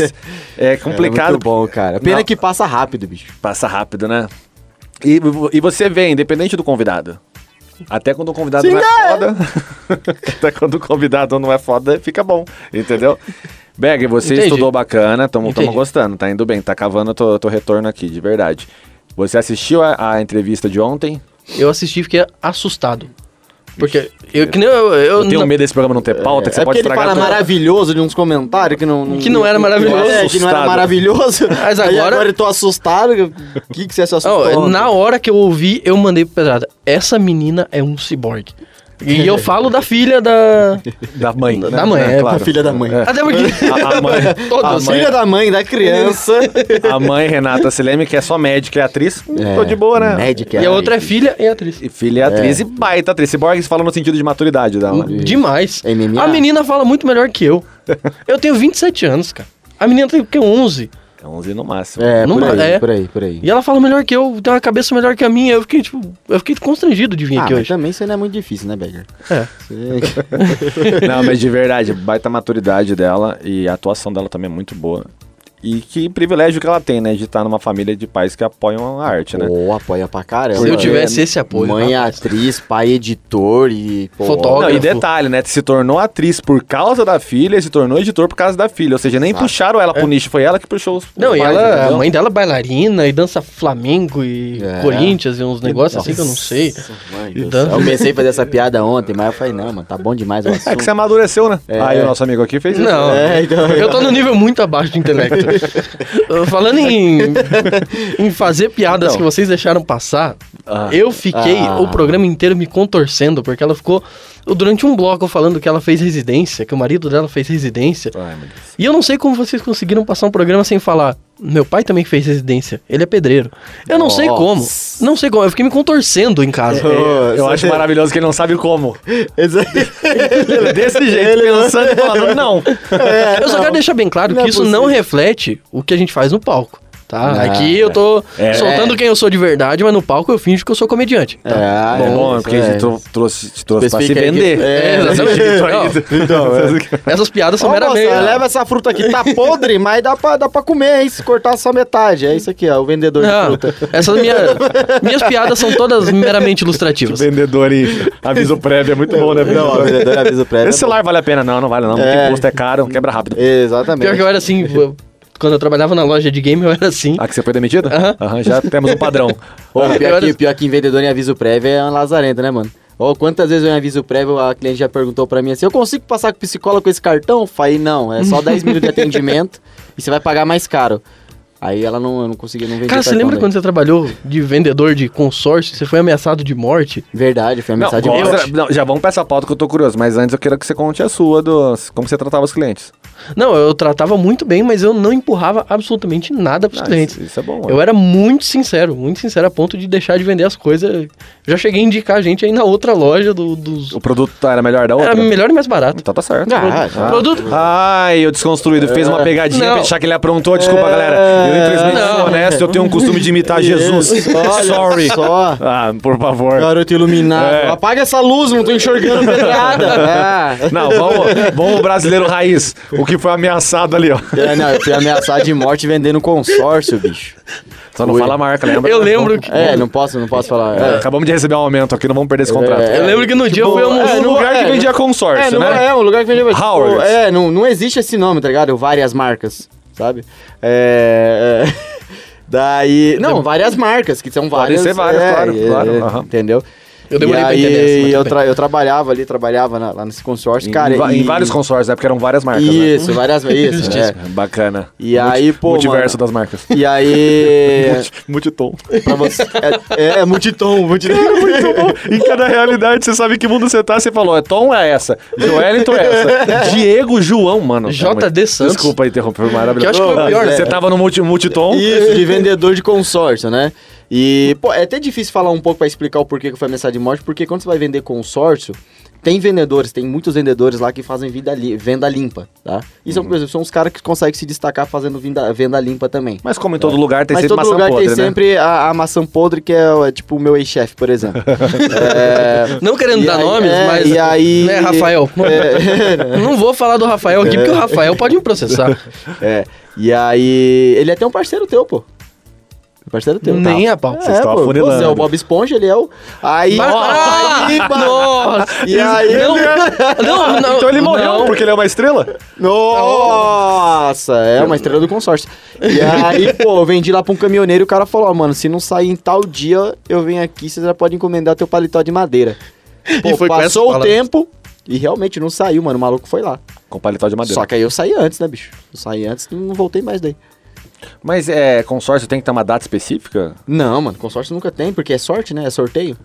É complicado.
É muito bom, cara. Pena
Não.
que passa rápido, bicho.
Passa rápido, né? E, e você vê, independente do convidado. Até quando o convidado não é foda. até quando o convidado não é foda, fica bom, entendeu? Beg, você
Entendi.
estudou bacana, estamos
Entendi.
gostando, tá indo bem, tá cavando teu, teu retorno aqui, de verdade. Você assistiu a, a entrevista de ontem?
Eu assisti e fiquei assustado. Porque eu que nem eu,
Eu,
eu
tenho
não-
medo desse programa não ter pauta, que você
é
pode
porque ele
estragar
fala
tudo.
maravilhoso de uns comentários que não...
Que não era maravilhoso.
É, que não era
Assustado.
maravilhoso.
Mas
Aí
agora-
agora eu tô assustado. O que que você se assustou?
é
Não,
ontem?
na hora que eu ouvi, eu mandei pro pedrada. Essa menina é um ciborgue. E eu falo da filha da.
Da mãe. né?
Da mãe, é,
A filha da mãe.
Até porque.
A, a mãe,
Todas.
a
A
mãe-
filha da mãe da criança.
a mãe, Renata Sileme, que é só médica e atriz,
É.
tô de boa, né?
Magic,
E a outra é filha e atriz.
E filha é atriz e baita atriz. Cyborgs fala no sentido de maturidade dela.
Uhum.
né?
Demais.
É MMA?
A menina fala muito melhor que eu. Eu tenho 27 anos, cara. A menina tem o quê? 11.
É 11 no máximo.
É,
Não
por aí,
é.
por aí, por aí.
E ela fala melhor que eu, tem uma cabeça melhor que a minha. Eu fiquei, tipo, eu fiquei constrangido de vir
Ah,
aqui
mas
hoje.
também isso não é muito difícil, né, Beggar?
É.
Você-
Não, mas de verdade, baita maturidade dela e a atuação dela também é muito boa. E que privilégio que ela tem, né? De estar numa família de pais que apoiam a arte, né?
Pô, apoia pra caramba. né?
Se eu tivesse esse apoio.
Mãe
rapaz.
atriz, pai editor e... pô,
Fotógrafo.
Não, e detalhe, né? Se tornou atriz por causa da filha e se tornou editor por causa da filha. Ou seja, nem
Exato.
puxaram ela pro nicho, foi ela que puxou os. os
É. Não, e
pais,
ela,
entendeu?
a mãe dela é bailarina e dança Flamengo e
É.
Corinthians e uns negócios assim que eu não sei.
mãe,
E
Deus
dan-
do céu. Eu pensei em fazer essa piada ontem, mas eu falei, não, mano, tá bom demais o
É que
assunto.
você amadureceu, né? Aí o nosso amigo aqui fez isso.
Não,
É, então-
eu tô num nível muito abaixo de intelecto. Uh, Falando em, em fazer piadas
Então.
que vocês deixaram passar,
Ah.
eu fiquei
Ah.
o programa inteiro me contorcendo, porque ela ficou durante um bloco falando que ela fez residência, que o marido dela fez residência.
Ai, meu Deus.
E eu não sei como vocês conseguiram passar um programa sem falar. Meu pai também fez residência, ele é pedreiro. Eu não sei
Nossa.
como. Não sei como, eu fiquei me contorcendo em casa.
Eu, eu acho maravilhoso que ele não sabe como. Desse jeito, pensando e falando, não.
eu só quero deixar bem claro
Não é
que isso não reflete o que a gente faz no palco. Tá?
Ah,
Aqui eu tô
É.
soltando quem eu sou de verdade, mas no palco eu finjo que eu sou comediante.
É,
Bom, Tá Ah, bom,
é,
porque a gente trou- trouxe, te trouxe pra se
Especifica aí que-
vender.
É,
Desse
exatamente.
jeito aí.
Não.
Então, é.
Essas piadas são
Ó, moça,
meramente.
leva essa fruta aqui, tá podre, mas dá pra, dá pra comer, hein? Se cortar só metade. É isso aqui, ó, o vendedor de
Não,
fruta.
Ah, essas minha- minhas piadas são todas meramente ilustrativas.
Tipo,
Vendedor e aviso prévio é muito bom, né?
Não, o
vendedor?
vendedor avisa pra ela.
Esse celular vale a pena? Não, não vale não. Porque
É.
imposto é caro, quebra rápido.
Exatamente.
Pior que eu era assim, eu- quando eu trabalhava na loja de game, eu era assim.
Ah, que você foi demitido?
Aham.
Aham, já temos um padrão.
Ô,
Eu
pior, que,
era-
pior que em vendedor em aviso prévio é um lazarento, né, mano? Ou quantas vezes eu em aviso prévio, a cliente já perguntou pra mim assim, eu consigo passar com o psicólogo com esse cartão? Eu Falei, não, é só 10 minutos de atendimento e você vai pagar mais caro. Aí ela não, eu não conseguia, não vender
Cara, você lembra quando você trabalhou de vendedor de consórcio? Você foi ameaçado de morte?
Verdade, foi uma
Não,
mensagem
gosta-
forte.
não, já vamos pra essa pauta que eu tô curioso, mas antes eu quero que você conte a sua, do, como você tratava os clientes.
Não, eu tratava muito bem, mas eu não empurrava absolutamente nada pros
Ah,
clientes.
isso- isso é bom,
Eu
é.
era muito sincero, muito sincero, a ponto de deixar de vender as coisas. Eu Já cheguei a indicar a gente aí na outra loja do, dos.
O produto era melhor da outra?
Era melhor e mais barato.
Então tá certo.
Ah, já.
Produto.
Ai, o desconstruído fez
É.
uma pegadinha
Não.
pra achar que ele aprontou. Desculpa, galera. Eu, infelizmente,
Não.
sou honesto. Eu tenho um costume de imitar Jesus.
Isso, olha
Sorry.
só.
Ah, por favor.
Garoto iluminado.
É.
Apaga essa luz, não tô enxergando pedrada. É.
Não, vamos, vamos o brasileiro raiz. O que foi ameaçado ali, ó.
É, não, eu fui ameaçado de morte vendendo consórcio, bicho.
Só não
Ui.
fala a marca, lembra?
Eu lembro que.
É, não posso, não posso falar.
É,
É,
Acabamos de receber um aumento aqui, não vamos perder esse contrato.
É,
Eu lembro que no dia eu fui
bom,
almoçar.
é,
Um
não-
lugar que
é,
vendia consórcio,
É, não,
né?
é um lugar que vende... tipo,
Howard's.
é, não, não existe esse nome, tá ligado? Várias marcas, sabe? É... é, Daí... Não, várias marcas, que são várias...
ser várias,
é,
claro,
é,
claro,
é,
aham.
Entendeu?
Eu demorei
e
pra
aí,
entender essa, mas
eu,
tudo
tra- eu trabalhava ali, trabalhava na- lá nesse consórcio,
Em,
é. cara.
va-
e-
em vários consórcios, né? Porque eram várias marcas, né?
Isso, várias vezes. é.
Bacana.
E aí, pô, mano,
Multiverso
É.
das marcas.
E aí...
Multi- Multitom.
pra você... É, é, multitom, multitom.
Muito bom. Em cada realidade, você sabe que mundo você tá, você falou, é Tom é essa, Joelinton é essa, Diego João, mano. tá
JD
muito-
Santos.
Desculpa interromper, foi maravilhoso.
Que eu acho que foi o pior,
Você
né?
tava no multi, multitom,
Isso, de vendedor de consórcio, né? E, pô, é até difícil falar um pouco pra explicar o porquê que foi ameaçado de morte, porque quando você vai vender consórcio, tem vendedores, tem muitos vendedores lá que fazem vida li- venda limpa, tá? E
Uhum.
são, por exemplo, são os caras que conseguem se destacar fazendo vinda- venda limpa também.
mas como em todo lugar, tem
Mas
sempre
todo
maçã
lugar
podre,
tem
né?
sempre a, a maçã podre, que é, o- é tipo o meu ex-chefe, por exemplo. é...
Não querendo
E
dar
aí-
nomes,
é,
mas.
e aí-
Né, Rafael?
é,
Não vou falar do Rafael aqui, porque o Rafael pode me processar.
é. E aí. Ele é até um parceiro teu, pô. Parceiro teu. tá?
Nem a pau.
Vocês estavam
pô.
afunilando.
Você é o Bob Esponja, ele é o. Aí.
Ah,
aí, mano.
Nossa!
E aí. né?
Não, não, Ah, não,
Então ele morreu,
não.
porque ele é uma estrela?
Nossa! É uma estrela do consórcio. E aí, pô, eu vendi lá pra um caminhoneiro e o cara falou: Ó, mano, se não sair em tal dia, eu venho aqui, você já pode encomendar teu paletó de madeira. Pô,
E foi com essas
passou o
palavras.
tempo e realmente não saiu, mano. O maluco foi lá.
Com paletó de madeira.
Só que aí eu saí antes, né, bicho? Eu saí antes e não voltei mais daí.
Mas é, consórcio tem que ter uma data específica?
Não, mano, consórcio nunca tem, porque é sorte, né? É sorteio.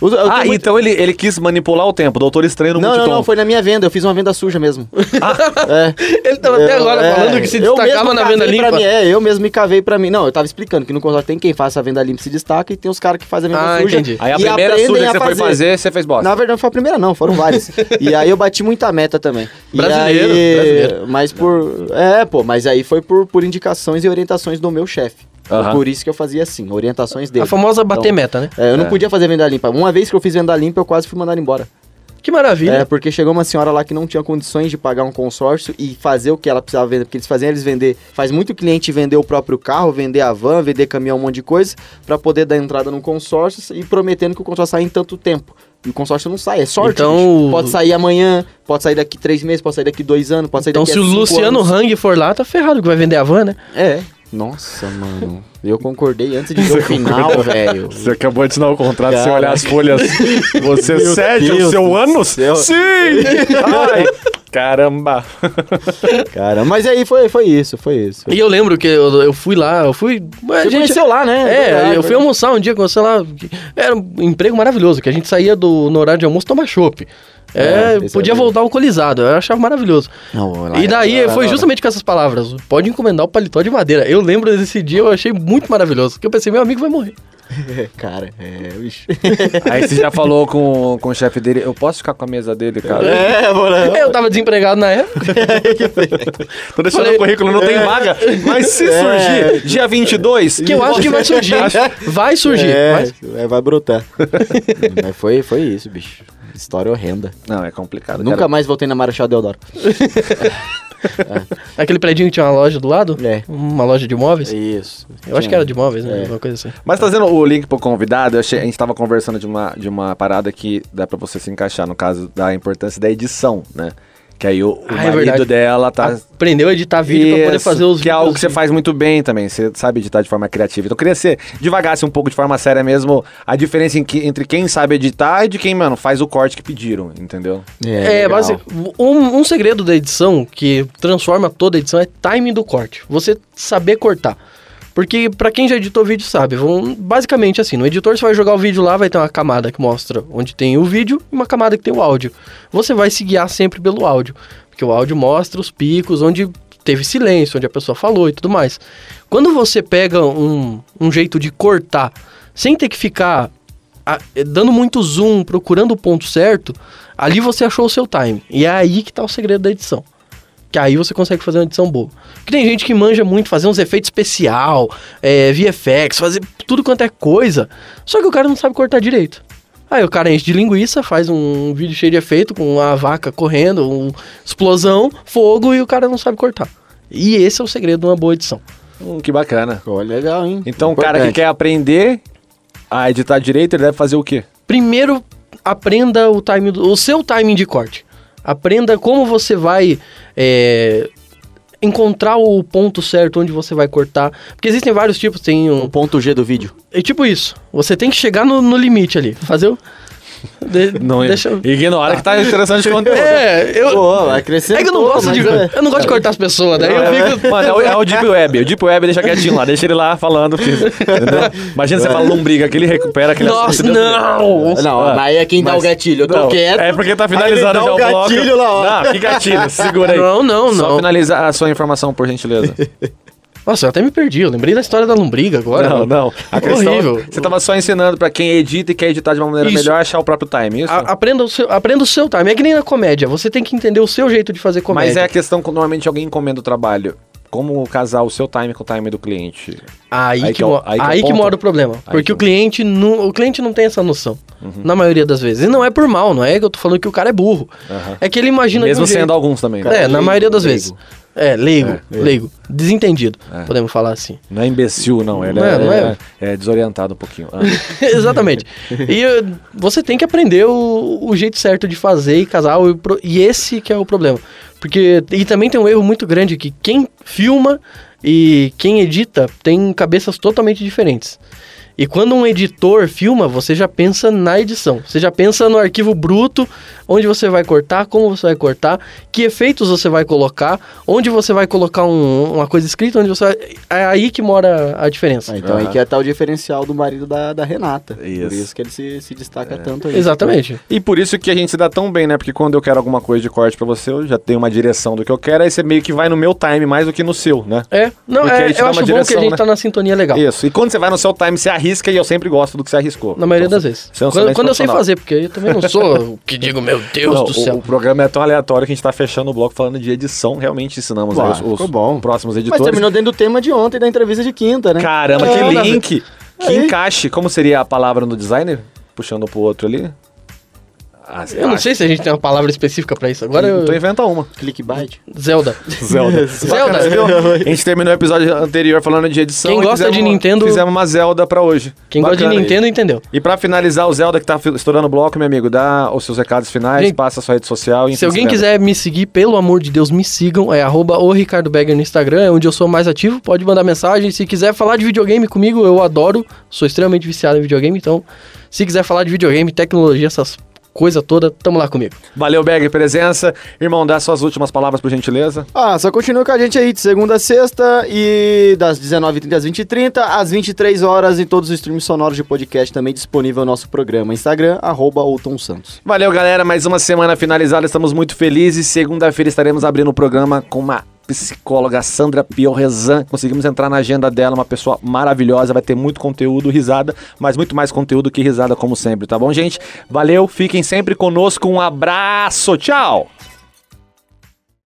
Eu- eu
ah,
tenho
tá
muito-
então ele, ele quis manipular o tempo, doutor estranho no
Não, não,
multitom.
não, foi na minha venda, eu fiz uma venda suja mesmo. É.
Ele tava até
Eu-
agora
é,
falando que se
eu
destacava
mesmo
na
cavei
venda
pra
limpa.
Mim, é, eu mesmo me cavei pra mim. Não, eu tava explicando que no consórcio tem quem faz a venda limpa e se destaca e tem os caras que fazem a venda
Ah,
suja.
entendi.
Aí a
e
primeira
aprendem
suja que
a
você foi fazer, você fez bosta.
Na verdade, não foi a primeira, não, foram várias. e aí eu bati muita meta também. E
Brasileiro,
aí-
brasileiro.
Mas por. É, pô, mas aí foi por, por indicações e orientações do meu chefe. Foi
Aham.
Por isso que eu fazia assim, orientações dele.
A famosa bater
Então,
meta, né?
é, eu não podia fazer venda limpa. Uma vez que eu fiz venda limpa, eu quase fui mandado embora.
Que maravilha.
É, porque chegou uma senhora lá que não tinha condições de pagar um consórcio e fazer o que ela precisava vender, porque eles faziam eles vender, faz muito cliente vender o próprio carro, vender a van, vender caminhão, um monte de coisa, pra poder dar entrada no consórcio e prometendo que o consórcio sai em tanto tempo. E o consórcio não sai, é sorte.
Então,
bicho.
o-
Pode sair amanhã, pode sair daqui três meses, pode sair daqui dois anos, pode sair
Então,
daqui a
se o
cinco
Luciano
anos.
Hang for lá, tá ferrado que vai vender a van, né?
É. Nossa, mano. Eu concordei antes de ver o final, velho.
Você acabou de assinar o contrato, você
Caraca.
olhar as folhas, você
Meu
cede o
Deus
seu
do
ânus?
céu.
Sim! Ai, caramba.
Cara, mas aí foi, foi isso, foi isso.
E eu lembro que eu, eu fui lá, eu fui. a
Você conheceu lá, né?
É,
Verdade,
eu fui
verdade.
almoçar um dia com, sei lá, que- era um emprego maravilhoso, que a gente saía do, no horário de almoço tomar chopp.
É,
É,
isso é
podia
verdade.
voltar alcoolizado, eu achava maravilhoso.
Não, lá- é
e daí
lá-
foi
lá-
justamente com essas palavras, pode encomendar o paletó de madeira. Eu lembro desse dia, eu achei muito maravilhoso, porque eu pensei, meu amigo vai morrer.
Cara, é, bicho.
Aí você já falou com, com o chefe dele, eu posso ficar com a mesa dele, cara?
É, mano.
Eu tava desempregado na época.
Tô deixando
Falei- É.
o currículo, não tem vaga. Mas se surgir dia 22...
Que eu acho que vai surgir. Vai surgir. vai surgir.
É, vai brotar. Mas foi, foi isso, bicho. História horrenda.
Não, é complicado.
Nunca
cara.
mais voltei na Marechal Deodoro.
Aquele prédio que tinha uma loja do lado?
É.
Uma loja de imóveis?
Isso.
Eu acho que era de imóveis, né?
É.
Uma coisa assim.
Mas trazendo o link pro convidado, eu achei- a gente tava conversando de uma, de uma parada que dá pra você se encaixar, no caso da importância da edição, né? Que aí o, o
Ah, é
marido
verdade.
dela tá...
Aprendeu a editar vídeo pra poder
Isso,
fazer os
Que é algo que você
vídeos. assim.
faz muito bem também, você sabe editar de forma criativa. Então eu queria ser, devagasse um pouco de forma séria mesmo, a diferença em que- entre quem sabe editar e de quem, mano, faz o corte que pediram, entendeu?
É,
legal.
base, um, um segredo da edição que transforma toda a edição é timing do corte. Você saber cortar. Porque pra quem já editou vídeo sabe, vão- basicamente assim, no editor você vai jogar o vídeo lá, vai ter uma camada que mostra onde tem o vídeo e uma camada que tem o áudio. Você vai se guiar sempre pelo áudio. Porque Porque o áudio mostra os picos onde teve silêncio, onde a pessoa falou e tudo mais. Quando você pega um, um jeito de cortar, sem ter que ficar a- eh, dando muito zoom, procurando o ponto certo, ali você achou o seu time. E é aí que tá o segredo da edição. Que aí você consegue fazer uma edição boa. Porque tem gente que manja muito fazer uns efeitos especial, é, VFX, fazer tudo quanto é coisa. Só que o cara não sabe cortar direito. Aí o cara enche de linguiça, faz um vídeo cheio de efeito, com a vaca correndo, um explosão, fogo, e o cara não sabe cortar. E esse é o segredo de uma boa edição.
Hum, que bacana.
Pô, legal, hein?
Então, o cara que
Importante.
quer aprender a editar direito, ele deve fazer o quê?
Primeiro, aprenda o time, do- o seu timing de corte. Aprenda como você vai é, encontrar o ponto certo onde você vai cortar. Porque existem vários tipos, tem um,
O ponto G do vídeo.
É tipo isso. Você tem que chegar no, no limite ali. Fazer o. De- deixa eu.
Ignora que tá interessante o conteúdo.
É, eu.
Pô, acrescentou.
é que eu não gosto
mas
de.
é.
Eu não gosto de cortar as pessoas, daí eu fico.
Mano, é o, é o Deep Web. O Deep Web deixa quietinho lá, deixa ele lá falando. filho. Entendeu? Imagina você fala lombriga, que ele recupera aquele.
Nossa,
Deus
não!
Não,
Ah,
aí é quem dá o gatilho. Eu tô
Não,
quieto.
É porque tá finalizando
Aí ele
já o
dá um
bloco.
gatilho lá, ó.
Não, que gatilho, segura aí.
Não, não,
Só
não.
finalizar a sua informação, por gentileza.
Nossa, eu até me perdi. Eu lembrei da história da lombriga agora.
Não, não. A questão,
Horrível.
Você tava só ensinando pra quem edita e quer editar de uma maneira
Isso.
melhor achar o próprio time, isso?
A- aprenda, o seu, aprenda o seu time. É que nem na comédia. Você tem que entender o seu jeito de fazer comédia.
Mas é a questão que normalmente alguém encomenda o trabalho. Como casar o seu time com o time do cliente?
Aí,
Aí
que,
que é o-
mo-
aí
aí
que é o
que
ponto.
mora o problema.
Aí que é
porque
o- Uhum.
o cliente, não, o cliente não tem essa noção. Na maioria das vezes. E não é por mal, não é que eu tô falando que o cara é burro. É que ele imagina de
Mesmo
um
sendo
jeito.
alguns também.
é, na
Leigo,
maioria das
leigo.
vezes. É, leigo, leigo. Desentendido, podemos falar assim.
Não é imbecil, não. Ele
Não
é,
é, não é.
é- é desorientado um pouquinho. Ah.
Exatamente. e eh, você tem que aprender o, o jeito certo de fazer e casar. o pro- E esse que é o problema. Porque. E também tem um erro muito grande que quem filma e quem edita tem cabeças totalmente diferentes. E quando um editor filma, você já pensa na edição. Você já pensa no arquivo bruto, onde você vai cortar, como você vai cortar, que efeitos você vai colocar, onde você vai colocar um- uma coisa escrita, onde você vai... É aí que mora a diferença.
Ah, então aí que é tal diferencial do marido da, da Renata. Por
Isso.
isso É. que ele se, se destaca tanto aí.
Exatamente.
E por isso que a gente se dá tão bem, né? Porque quando eu quero alguma coisa de corte pra você, eu já tenho uma direção do que eu quero, aí você meio que vai no meu time mais do que no seu, né?
É, não,
Porque aí
é,
te
eu
dá uma
acho bom que
direção,
a gente
né?
tá na sintonia legal.
Isso. E quando você vai no seu time, você arrisca e eu sempre gosto do que você arriscou.
Na maioria
Então,
das vezes.
você é um
Quando,
excelente
quando eu sei
profissional.
fazer, porque eu também não sou o que digo, meu Deus
Não,
do
o,
céu.
o programa é tão aleatório que a gente tá fechando o bloco falando de edição. Realmente ensinamos né,
Uau,
os, os
ficou bom.
próximos
Mas
editores.
terminou dentro do tema de ontem, da entrevista de quinta, né?
Caramba, que
Caramba.
link! Que
Aí.
encaixe! Como seria a palavra no designer? Puxando pro outro ali. Ah,
Eu não sei se a gente tem uma palavra específica pra isso. Agora eu...
Então inventa uma.
Clickbait.
Zelda.
Zelda.
Zelda.
A gente terminou o episódio anterior falando de edição.
Quem
e
gosta
fizemos
de
uma-
Nintendo-
Fizemos uma Zelda pra hoje.
Quem gosta de
Bacana.
Nintendo entendeu.
E pra finalizar o Zelda que tá fi- estourando o bloco, meu amigo, dá os seus recados finais,
Gente,
passa a sua rede social. e enfim,
Se alguém
vê.
quiser me seguir, pelo amor de Deus, me sigam. É arroba o Ricardo Begger no Instagram, é onde eu sou mais ativo. Pode mandar mensagem. Se quiser falar de videogame comigo, eu adoro. Sou extremamente viciado em videogame, então... Se quiser falar de videogame, tecnologia, essas coisas todas, tamo lá comigo.
Valeu, Berg, presença. Irmão, dá suas últimas palavras, por gentileza.
Ah, só continua com a gente aí de segunda a sexta e das 19h30 às 20h30, às 23 horas em todos os streams sonoros de podcast também disponível o nosso programa. Instagram, arroba Outon Santos.
Valeu, galera. Mais uma semana finalizada. Estamos muito felizes. Segunda-feira estaremos abrindo o programa com uma psicóloga, Sandra Piorrezan. Conseguimos entrar na agenda dela, uma pessoa maravilhosa. Vai ter muito conteúdo, risada, mas muito mais conteúdo que risada, como sempre, tá bom, gente? Valeu, fiquem sempre conosco. Um abraço, tchau!